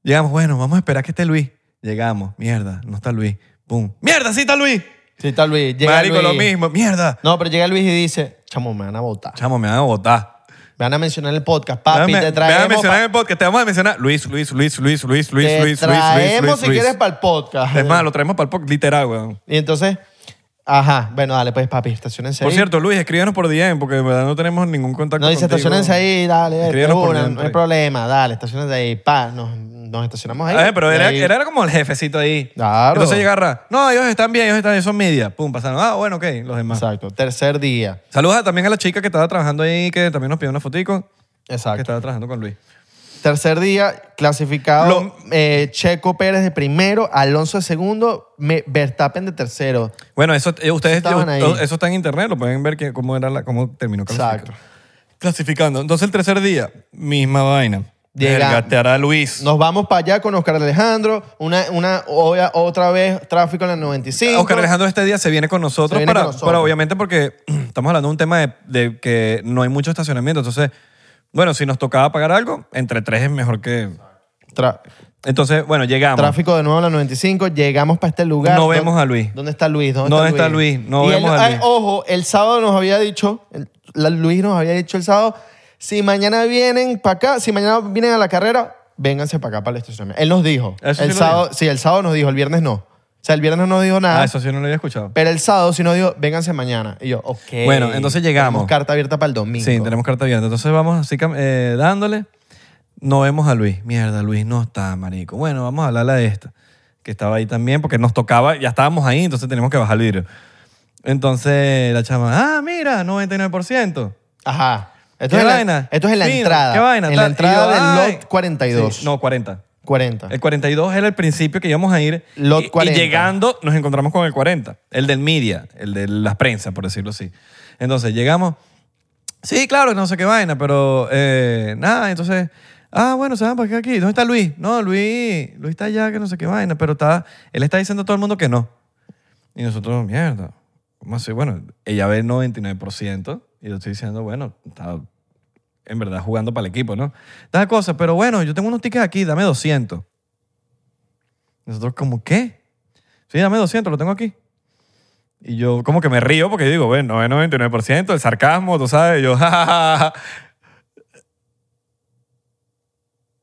llegamos, bueno, vamos a esperar que esté Luis. Llegamos, mierda, no está Luis. Pum, mierda, sí está Luis.
Sí, está Luis. Llega
marico,
Luis.
lo mismo, mierda.
No, pero llega Luis y dice, chamo, me van a votar.
Chamo, me van a botar.
Me van a mencionar el podcast, papi.
Déjame-
te
déjame
traemos.
mencionar en el podcast. Te vamos a mencionar Luis, Luis, Luis, Luis, Luis, Luis,
pa-
Luis,
te
Luis, Luis, Luis,
traemos
Luis,
si
Luis.
quieres para el podcast.
Es más, lo traemos para el podcast literal, weón.
Y entonces, ajá, bueno, dale, pues, papi, estacionense
Por
ahí.
cierto, Luis, escríbenos por DM porque en verdad no tenemos ningún contacto
No dice
contigo.
estacionense ahí, dale, de
Escríbenos por pues.
una,
dentro
no hay
ahí.
problema, dale, estacionense ahí, pa, nos, nos estacionamos ahí.
Ah, pero
Y
era,
ahí-
era como el jefecito ahí.
Claro.
Entonces llega Ra, No, ellos están bien, ellos están bien, son media. Pum, pasaron. Ah, bueno, ok, los demás.
Exacto, tercer día.
Saludos a- también a la chica que estaba trabajando ahí, que también nos pidió una fotico, que
Exacto.
estaba trabajando con Luis.
Tercer día, clasificado
Lo-
eh, Checo Pérez de primero, Alonso de segundo, Me- Verstappen de tercero.
Bueno, eso, eh, ustedes,
Estaban ahí.
yo- eso está en internet, lo pueden ver que, cómo, era la, cómo terminó clasificando.
Exacto.
Clasificando. Entonces el tercer día, misma vaina.
Llega-
Verga, te hará Luis.
Nos vamos para allá con Oscar Alejandro. Una, una, obvia- otra vez tráfico en la 95.
Oscar Alejandro este día se viene con nosotros,
Se viene
para,
con nosotros.
para, obviamente porque estamos hablando de un tema de, de que no hay mucho estacionamiento. Entonces, bueno, si nos tocaba pagar algo, entre tres es mejor que...
Tra-
Entonces, bueno, llegamos.
tráfico de nuevo en la 95. Llegamos para este lugar.
No
¿Dó-
vemos a Luis.
¿Dónde está Luis? ¿Dónde
¿Dónde está Luis? No
Y él-
vemos a
ay,
Luis.
Ojo, el sábado nos había dicho, el- la- Luis nos había dicho el sábado, si mañana vienen para acá, si mañana vienen a la carrera, vénganse para acá para el estacionamiento. Él nos dijo.
Eso sí
el
lo
sábado, sí, el sábado nos dijo, el viernes no. O sea, el viernes no nos dijo nada.
Ah, eso sí no lo había escuchado.
Pero el sábado sí nos dijo, vénganse mañana. Y yo, ok.
Bueno, entonces llegamos.
Tenemos carta abierta para el domingo.
Sí, tenemos carta abierta. Entonces vamos así cam- eh, dándole. No vemos a Luis. Mierda, Luis no está, marico. Bueno, vamos a hablarle de esta. Que estaba ahí también porque nos tocaba, ya estábamos ahí, entonces tenemos que bajar el vidrio. Entonces la chama, ah, mira, 99%.
Ajá.
¿Qué
Esto, es, en la-
vaina?
esto es en la
Fino,
entrada.
¿Qué vaina?
En
Tal.
la
Y
entrada
yo, "Ah,
del
ay.
lot 42.
Sí, no, 40.
40.
El 42 era el principio que íbamos a ir.
Lot
y, y
40.
llegando nos encontramos con el 40, el del media, el de las prensas, por decirlo así. Entonces llegamos, sí, claro, no sé qué vaina, pero eh, nada, entonces, ah, bueno, se van para acá, aquí. ¿Dónde está Luis? No, Luis, Luis está allá, que no sé qué vaina, pero está, él está diciendo a todo el mundo que no. Y nosotros, mierda, ¿cómo así? Bueno, ella ve 99% y yo estoy diciendo, bueno, está en verdad jugando para el equipo, ¿no? Tal cosa, pero bueno, yo tengo unos tickets aquí, dame 200. Nosotros, como, ¿qué? Sí, dame 200, lo tengo aquí. Y yo como que me río porque yo digo, bueno, es 99%, el sarcasmo, tú sabes, yo, ja, ja, ja, ja.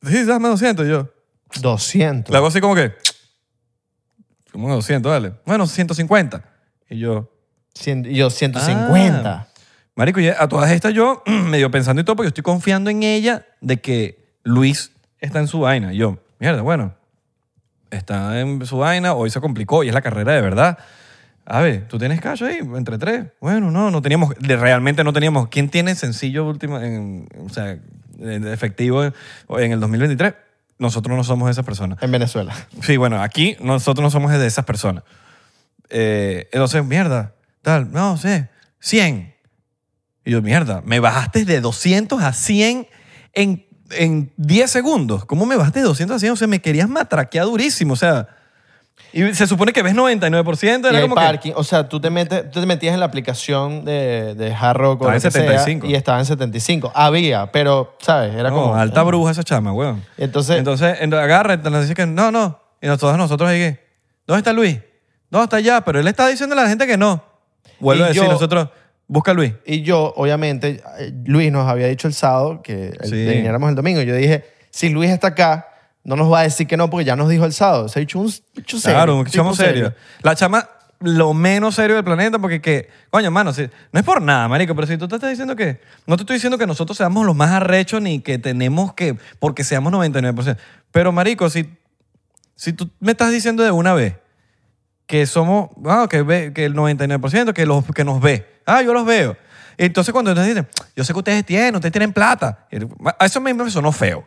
Sí, dame 200, yo.
200.
La hago así como que, como 200, dale. Bueno, 150. Y yo,
Cien- y yo 150.
Ah. Marico, y a todas estas yo medio pensando y todo, porque yo estoy confiando en ella de que Luis está en su vaina. Y yo, mierda, bueno, está en su vaina, hoy se complicó y es la carrera de verdad. A ver, ¿tú tienes cash ahí entre tres? Bueno, no, no teníamos, de- realmente no teníamos. ¿Quién tiene sencillo última, en- o sea, en efectivo en, en el 2023? Nosotros no somos esas personas.
En Venezuela.
Sí, bueno, aquí nosotros no somos de esas personas. Eh, entonces, mierda, tal, no sé, 100. Y yo, mierda, me bajaste de 200 a 100 en, en 10 segundos. ¿Cómo me bajaste de 200 a 100? O sea, me querías matraquear durísimo, o sea. Y se supone que ves 99%,
Y
era
hay
como que-
parking. O sea, tú te, metes, tú te metías en la aplicación de, de Hard Rock o
Estaba
lo
en
que sea,
75.
y estaba en 75. Había, pero, ¿sabes? Era
No,
como... ah. eh,
alta bruja esa chama, weón.
Entonces-
entonces ent- agarra, entonces dice que no, no. Y nosotros, nosotros ahí, que, ¿dónde está Luis? No, está allá, pero él está diciendo a la gente que no. Vuelve
Y
a decir,
yo-
nosotros, busca a Luis.
Y yo, obviamente, eh, Luis nos había dicho el sábado que el-
Sí.
viniéramos el domingo. Yo dije, si Luis está acá, no nos va a decir que no porque ya nos dijo el sábado. Se ha dicho un bicho serio.
Claro,
tipo
somos serios. La chama, lo menos serio del planeta, porque que, coño, mano, si- no es por nada, marico, pero si tú te estás diciendo que, no te estoy diciendo que nosotros seamos los más arrechos ni que tenemos que, porque seamos 99%. Pero, marico, si, si tú me estás diciendo de una vez que somos, ah, que, ve, que el 99%, que, los, que nos ve, ah, yo los veo. Entonces cuando ustedes dicen, yo sé que ustedes tienen, ustedes tienen plata. Y- a Eso me, me sonó feo.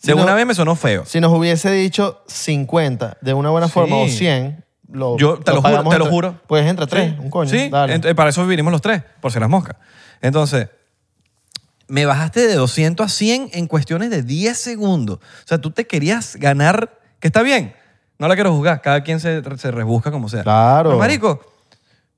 Si
De
no-
una vez me sonó feo.
Si nos hubiese dicho 50 de una buena
Sí.
forma o 100, lo,
Yo te lo, juro,
pagamos
te lo
entre-
juro.
Pues entre tres,
Sí,
un coño.
Sí,
dale.
ent- para eso vinimos los tres, por si las moscas. Entonces, me bajaste de 200 a 100 en cuestiones de 10 segundos. O sea, tú te querías ganar, que está bien. No la quiero juzgar, cada quien se, se rebusca como sea.
Claro.
Pero, marico,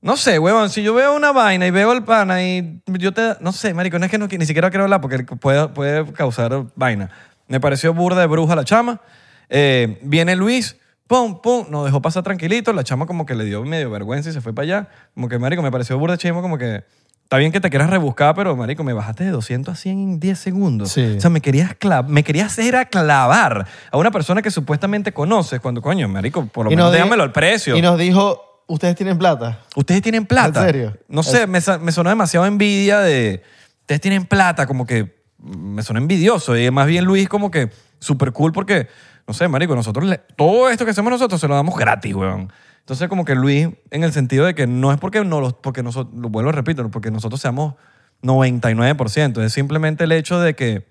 no sé, huevón, si yo veo una vaina y veo el pana y yo te... No sé, marico, no es que no qui- ni siquiera quiero hablar porque puede, puede causar vaina. Me pareció burda de bruja la chama. Eh, viene Luis, pum, pum, nos dejó pasar tranquilito. La chama como que le dio medio vergüenza y se fue para allá. Como que, marico, me pareció burda de chimo, como que... Está bien que te quieras rebuscar, pero, marico, me bajaste de 200 a 100 en 10 segundos.
Sí.
O sea, me querías, cla- me querías hacer a clavar a una persona que supuestamente conoces cuando, coño, marico, por lo
Y
menos
nos di-
déjamelo al precio.
Y nos dijo, ¿ustedes tienen plata?
Ustedes tienen plata.
¿En serio?
No sé, me, sa- me sonó demasiado envidia de. Ustedes tienen plata, como que mm, me sonó envidioso. Y más bien Luis, como que súper cool, porque, no sé, marico, nosotros le- todo esto que hacemos nosotros se lo damos gratis, weón. Entonces, como que Luis, en el sentido de que no es porque no los. Porque nosotros, lo vuelvo a repito, porque nosotros seamos 99%. Es simplemente el hecho de que,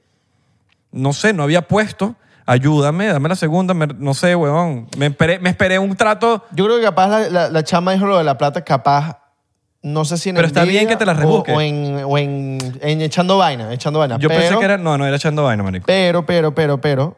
no sé, no había puesto. Ayúdame, dame la segunda, me- no sé, weón. Me esperé, me esperé un trato.
Yo creo que capaz la, la- la chama dijo lo de la plata, capaz, no sé si en
Pero está
envidia
bien que te la
o-
rebusques.
O, en, o en, en echando vaina, echando vaina.
Yo
pero,
pensé que era. No, no era echando vaina, marico.
Pero, pero, pero, pero,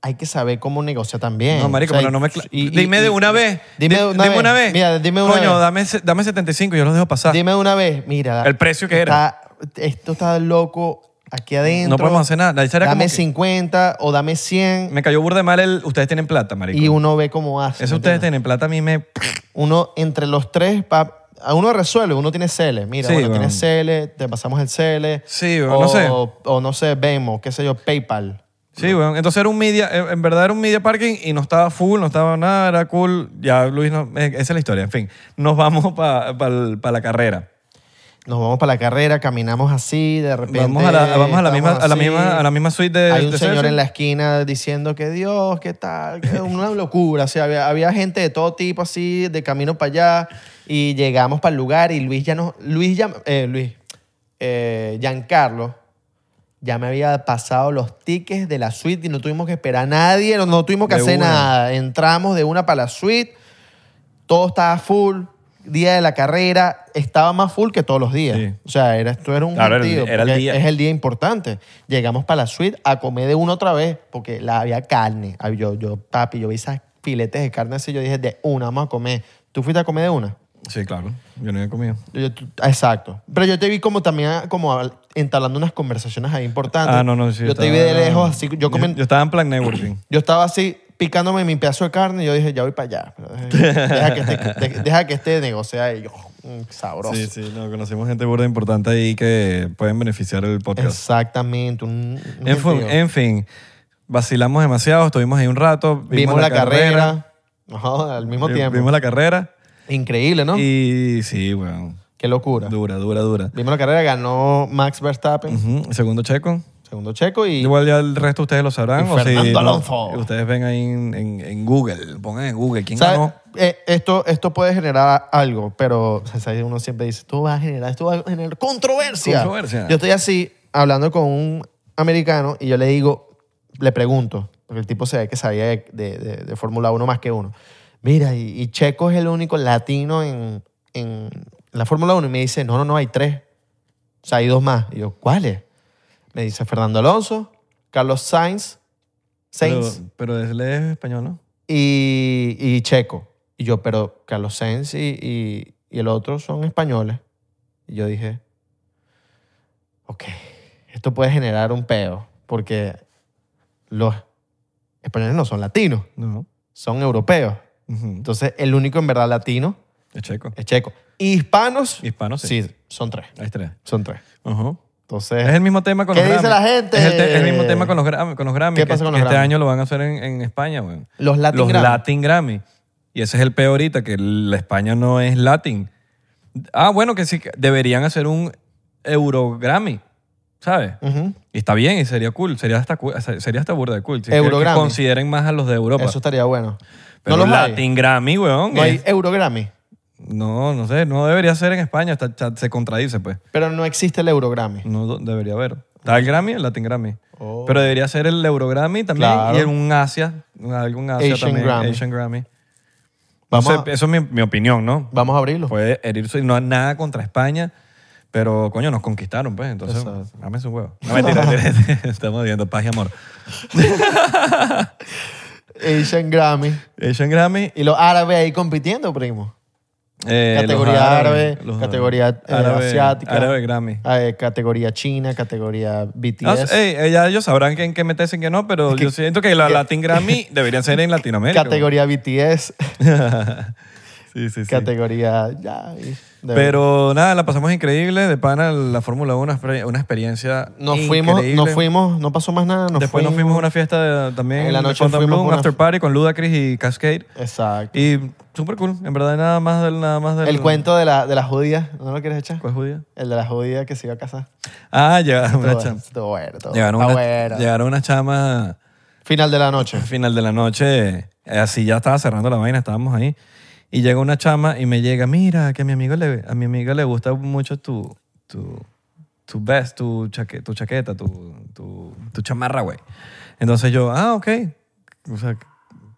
hay que saber cómo negociar también.
No, marico,
Eh, O sea,
pero no me... cla-
y- y-
dime
y-
de una vez.
Dime
Di-
de una,
dime
vez.
una vez.
Mira, dime de una
Coño,
vez.
dame, se- dame 75 yo los dejo pasar.
Dime de una vez. Mira.
El precio que
está- Esto está loco aquí adentro.
no podemos hacer nada. La dicha era como
Dame
que-
50 o dame 100
Me cayó burde mal el... Ustedes tienen plata, marico.
y uno ve cómo hace.
Eso
¿me
ustedes
entiendes?
tienen plata a mí me...
uno entre los tres pa- a uno resuelve uno tiene CL mira
Sí,
bueno,
bueno.
tienes CL te pasamos el CL
Sí, bueno,
o,
no sé.
o no sé Venmo qué sé yo Paypal
Sí, weón. Entonces era un media... En en verdad era un media parking y no estaba full, no estaba nada, era cool. Ya, Luis, no- eh, esa es la historia. En fin, nos vamos para la carrera.
nos vamos para la carrera caminamos así de repente
Vamos a la, vamos a la, misma,
estamos
a la,
así.
misma, a la misma suite de...
hay un
de
señor
Celsius.
en la esquina diciendo que Dios, qué tal, que una locura. O sea, había, había gente de todo tipo así, de camino para allá, y llegamos para el lugar y Luis ya nos... Luis, ya, eh, Luis, eh, Giancarlo ya me había pasado los tickets de la suite y no tuvimos que esperar a nadie, no, no tuvimos que
De
hacer
una.
nada. Entramos de una para la suite, todo estaba full, día de la carrera, estaba más full que todos los días.
Sí.
O sea, era, esto era un
Claro, era el-
partido,
era el
porque
día.
es el día importante. Llegamos para la suite a comer de uno otra vez, porque la, había carne. Ay, Yo, yo, papi, yo vi esas filetes de carne así, yo dije, de una, vamos a comer. ¿Tú fuiste a comer de una?
Sí, claro. Yo no había comido.
Yo- yo- tú- exacto. Pero yo te vi como también como al- entablando unas conversaciones ahí importantes.
Ah, no, no, sí.
Yo te vi
estaba-
de lejos así. Yo, comen-
yo,
yo,
estaba en plan networking.
estaba así picándome mi pedazo de carne y yo dije, ya voy para allá. Deja que este, de- deja que este negocio ahí. Yo, mm, sabroso.
sí, sí. No, conocimos gente burda importante ahí que pueden beneficiar el podcast.
Exactamente. un- un
En, fin-
gentío.
en fin, vacilamos demasiado. Estuvimos ahí un rato. Vimos,
vimos la, carrera. Ajá, al mismo
vi-
tiempo.
Vimos la carrera.
Increíble, ¿no?
Y sí, bueno.
Qué locura.
Dura, dura, dura.
Vimos la carrera, ganó Max Verstappen,
Ujú, Segundo checo.
segundo checo y...
Igual ya el resto ustedes lo sabrán.
Y
o si
Fernando
no,
Alonso.
ustedes ven ahí en, en- en Google. Pongan en Google. ¿Quién
¿Sabes?
ganó?
Eh, esto, esto puede generar algo, pero o sea, ¿sabes? uno siempre dice, esto va a generar, esto va a generar controversia.
Controversia.
Yo estoy así hablando con un americano y yo le digo, le pregunto, porque el tipo se ve que sabía de, de- de- de Fórmula 1 más que uno. Mira, y, y Checo es el único latino en, en la Fórmula 1 y me dice, no, no, no, hay tres. O sea, hay dos más. Y yo, ¿cuáles? Me dice Fernando Alonso, Carlos Sainz, Sainz
Pero, pero él es español, ¿no?
y, y Checo. Y yo, pero Carlos Sainz y, y- y el otro son españoles. Y yo dije, ok, esto puede generar un peo, porque los españoles no son latinos,
No.
son europeos.
Ujú.
Entonces, el único en verdad latino
Es checo.
es Checo. Y hispanos,
Hispano, sí. Eh,
sí, son tres,
Hay tres.
son tres.
Ujú.
Entonces,
Es el mismo tema con
¿Qué
los
dice
Grammy.
la gente?
Es el, te- es el mismo tema con los, Grammy- con los Grammy.
¿Qué
que-
pasa con
que
los
Este
Grammy?
año lo van a hacer en, en España, weón.
los Latin
los
Grammy.
Latin Grammy. Y ese es el peor ahorita, que la España no es Latin. Ah, bueno, que sí, que deberían hacer un Euro Grammy, ¿sabes?
Ujú.
Y está bien, y sería cool, sería hasta, cu- sería hasta burda de cool. Si
Euro
que- que
Grammy.
consideren más a los de Europa.
Eso estaría bueno.
Pero
no los hay.
Latin Grammy, weón.
No hay
es-
Eurogrammy.
no, no sé, no debería ser en España, está- está- se contradice, pues.
Pero no existe el Eurogrammy.
No do- debería haber. Está el Grammy, el Latin Grammy.
Oh.
Pero debería ser el Eurogrammy también
Claro.
y en un Asia, un- algún Asia
Asian
también,
Grammy.
Asian Grammy. No
Vamos,
sé,
a,
eso es mi, mi opinión, ¿no?
vamos a abrirlo.
Puede herirse y no hay nada contra España, pero coño, nos conquistaron, pues. Entonces,
Exacto.
dame su huevo. No, mentira, mentira. estamos viendo paz y amor.
Asian Grammy.
Asian Grammy.
Y los árabes ahí compitiendo, primo.
eh, los
Categoría
árabes,
árabe,
los
categoría,
árabes.
eh, asiática.
Árabe Grammy.
Eh, categoría china, categoría
No,
BTS.
ey, eh, ya ellos sabrán que en qué meterse y en qué no, pero yo siento que la Latin Grammy debería ser en Latinoamérica.
categoría BTS.
Sí, sí, sí.
Categoría. Ya, y- de-
Pero nada, la pasamos increíble. De pana, la Fórmula 1 es una experiencia.
nos
increíble.
fuimos, nos fuimos, no pasó más nada. Nos
Después nos fuimos a una fiesta de- también
En la
de
noche
Fontainebleau,
fuimos
un
una-
after party con Ludacris y Cascade.
Exacto.
Y súper cool. En verdad, nada más del. Nada más del
el cuento de la, de la judía, ¿no lo quieres echar?
¿Cuál judía?
El de la judía que se iba a casar.
Ah, llegaron una
Estuvo-
chama.
estuvo bueno, estuvo-
Llegaron
está
una,
bueno.
llegaron una chama
Final de la noche.
al final de la noche. eh, Así ya estaba cerrando la vaina, estábamos ahí. Y llega una chama y me llega, mira, que a mi amigo le, a mi amiga le gusta mucho tu, tu, tu vest, tu, chaque- tu chaqueta, tu, tu, tu chamarra, güey. Entonces yo, ah, ok. O sea,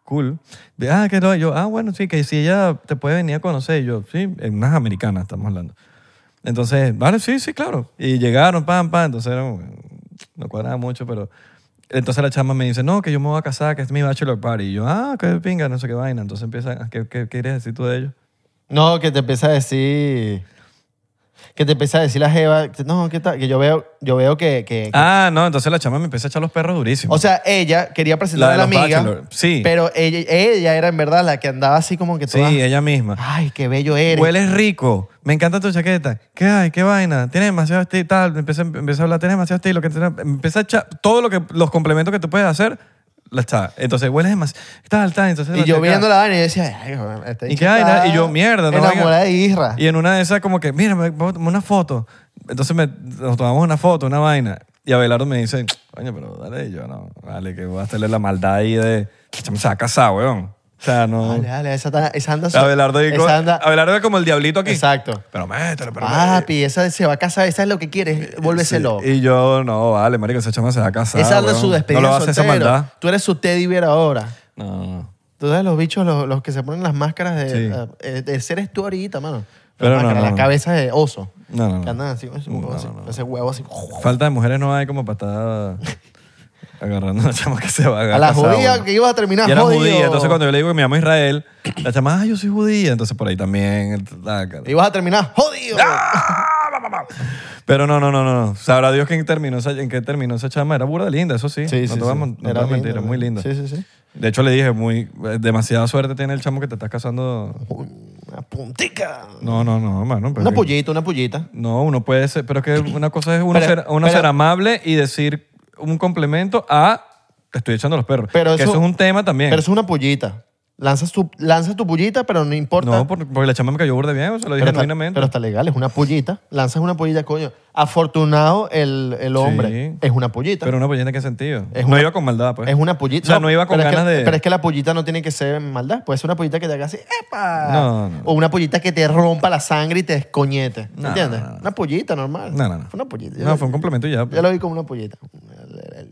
cool. De, Ah, que no. Yo, ah, bueno, sí, que si ella te puede venir a conocer. Y yo, sí, en unas americanas estamos hablando. Entonces, vale, sí, sí, claro. Y llegaron, pam, pam. Entonces, no, no cuadraba mucho, pero... Entonces la chama me dice, no, que yo me voy a casar, que es mi bachelor party. Y yo, ah, qué pinga, no sé qué vaina. Entonces empiezan, "Ah, ¿qué, qué, qué quieres decir tú de ellos?
No, que te empieza a decir. Que te empieza a decir la Jeva. que, No, que, tal, que yo veo, yo veo que. que- que-
Ah, no, entonces la chama me empieza a echar los perros durísimos.
o sea, ella quería
La
presentar a
de
la
los
amiga.
Bachelor, sí.
Pero ella, ella era en verdad la que andaba así como que
sí,
toda.
ella misma.
Ay, qué bello eres.
Hueles rico, me encanta tu chaqueta. ¿Qué hay? ¿Qué vaina? Tienes demasiado estilo, tal. Empieza, empieza a hablar, tienes demasiado estilo. Que tienes- empieza a echar todo lo que, los complementos que tú puedes hacer, la está. Entonces hueles demasiado, tal, tal. Entonces,
y yo
acá.
viendo la vaina y yo decía, ay, joder, esta
¿Y
bicha
qué vaina?
está
Y yo, mierda, no,
Enamorada
venga.
de Isra.
Y en una de esas, como que, mira, me voy a tomar una foto. Entonces me- nos tomamos una foto, una vaina. Y Abelardo me dice, coño, pero dale, Y yo no, vale, que voy a hacerle la maldad ahí de. Se me va a casar, weón. O sea, no.
Dale, dale, esa, ta- esa anda
Abelardo, dijo-
esa anda- Ah,
Abelardo es como el diablito aquí.
Exacto.
Pero mételo, pero mételo.
Papi, esa se va a casar, esa es lo que quiere, vuélvese
Sí,
loco.
Y yo, no, vale, marico, esa chama se va a casar.
Esa anda
weón.
su despedida
No lo
de
hace esa
soltero.
maldad.
Tú eres su teddy bear ahora.
No, no.
Tú sabes los bichos, los, los que se ponen las máscaras de...
Sí.
la- eh, ese eres tú ahorita, mano.
Pero no,
las máscaras,
no,
las
no.
cabezas de oso.
No, no, no.
Que andan así, con ese huevo
No,
así,
no, no.
ese huevo así.
Falta de mujeres no hay como para estar agarrando a la chama que se va a
A la
casar,
judía
weón.
que ibas a terminar
Y era
jodido.
judía. Entonces, cuando yo le digo que me llamo Israel, la chama, ah, yo soy judía. Entonces, por ahí también. ah, cara.
Ibas a terminar jodido.
¡Ah! Pero no, no, no, no. no. Sabrá Dios quién terminó esa, en qué terminó esa chama. Era burda linda, eso sí. no
Sí, sí,
te
sí.
voy a mon- no te
Era
voy a mentir,
linda,
es muy linda.
Sí, sí, sí.
De hecho, le dije, muy, demasiada suerte tiene el chamo que te estás casando.
Una puntica.
No, no, no, mano. pero
Una
que-
pullita, una pullita.
No, uno puede ser, pero es que una cosa es uno,
Pero-
ser, uno
pero-
ser amable y decir un complemento a te estoy echando los perros.
Pero
que
eso-
eso es un tema también.
Pero es una pullita. Lanzas tu, lanzas tu pullita, pero no importa.
no, por- porque la chama me cayó burda bien, se lo dije
pero, está,
genuinamente.
pero está legal, es una pullita. Lanzas una pullita, coño. Afortunado el, el hombre.
Sí.
Es una pullita.
Pero una pollita en qué sentido.
Es
no
una-
iba con maldad, pues.
es una
O
pullita.
sea, no, iba con
pero es que-
ganas de.
Pero es que la pullita no tiene que ser maldad. Puede ser una pullita que te haga así, ¡epa!
No, no, no.
O una pullita que te rompa la sangre y te escoñete. ¿Me
No,
entiendes?
no, no.
Una pullita normal.
No, no, no.
Fue una pullita. Yo
no,
lo-
fue un complemento y ya. pues.
Yo lo vi como una pollita.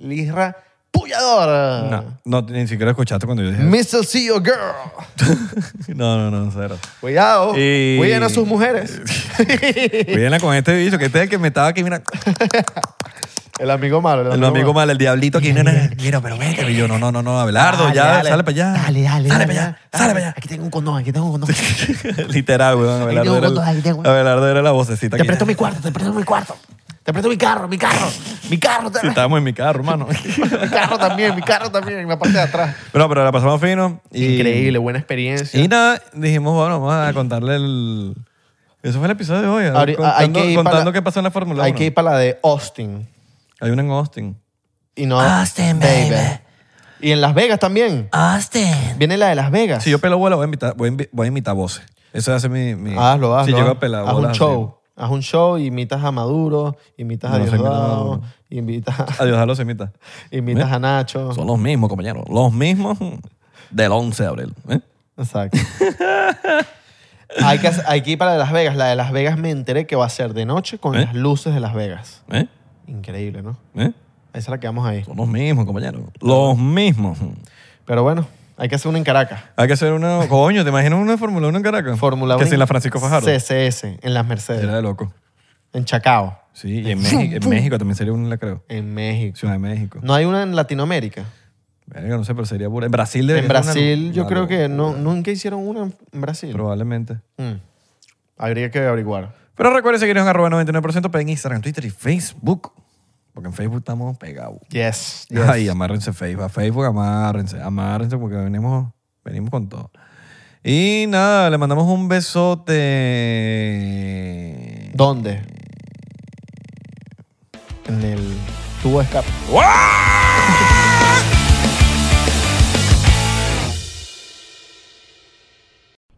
Lisra pulladora.
No, no, ni siquiera escuchaste cuando yo dije.
Mr. See Your E Girl.
no, no, no, cero.
Cuidado.
Y-
Cuiden a sus mujeres.
Cuídenla con este bicho, que este es el que me estaba aquí, mira.
el amigo malo.
El amigo mal, el diablito aquí. Mira, mira, pero vete. Y yo, no, no, no, no, Abelardo,
Ah, Dale,
ya,
dale.
sale para allá.
Dale,
Sale
dale. dale,
para allá,
dale.
sale para allá.
Aquí tengo un condón, aquí tengo un condón.
Literal, weón.
Ahí tengo
Abelardo, era,
fotos, ahí tengo.
el- Abelardo era la vocecita.
te
que-
presto mi cuarto, te presto mi cuarto. Te presto mi carro, mi carro. Mi carro, te-
Sí, estábamos en mi carro, hermano.
mi carro también, mi carro también, en la parte de atrás.
Pero, pero la pasamos fino. Y,
Increíble, buena experiencia.
Y nada, dijimos, bueno, vamos a contarle el... Eso fue el episodio de hoy.
Ahora,
contando
ah, hay que ir
contando
para la-
qué pasó en la Fórmula 1.
Hay que ir para la de Austin.
Hay una en Austin.
Y no.
Austin, baby.
Y en Las Vegas también.
Austin.
Viene la de Las Vegas.
Si yo pelo bola, voy a imitar, voy a invi- voy a imitar voces. Eso hace mi... mi
Hazlo, hazlo.
Si llego
hazlo.
a pelar
Haz un
bolas,
show. Haz un show, imitas a Maduro, imitas
No,
a
no sé imitar a
Diosdado,
Maduro.
imitas,
así. Adiós a los imitas.
imitas a Nacho.
Son los mismos, compañeros. Los mismos del 11 de abril. ¿eh?
Exacto. hay, que, hacer- hay que ir para Las Vegas. La de Las Vegas me enteré que va a ser de noche con
¿Eh?
las luces de Las Vegas.
¿Eh?
Increíble, ¿no?
¿Eh?
Esa es la que vamos ahí.
Son los mismos, compañeros. Los mismos.
Pero bueno, hay que hacer una en Caracas.
Hay que hacer una... Coño, ¿te imaginas una Fórmula 1 en Caracas?
Fórmula 1.
Que sin la Francisco Fajardo.
CSS, en las Mercedes,
Era de loco.
en Chacao,
Sí, y en, México, en México también sería una, creo.
en México.
Ciudad de México.
No hay una en Latinoamérica.
Verga, no sé, pero sería burda. En Brasil debería
En
ser una
Brasil,
locura,
yo creo que no,
locura.
nunca hicieron una en Brasil.
Probablemente.
Mm. Habría que averiguar.
Pero recuerden seguirnos en arroba 99% en Instagram, Twitter y Facebook. Porque en Facebook estamos pegados.
Yes.
Ay, amárrense Facebook. A Facebook, amárrense. Amárrense porque venimos, venimos con todo. Y nada, le mandamos un besote.
¿Dónde? En el tubo de escape.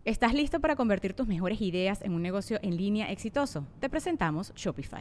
¿Estás listo para convertir tus mejores ideas en un negocio en línea exitoso? Te presentamos Shopify.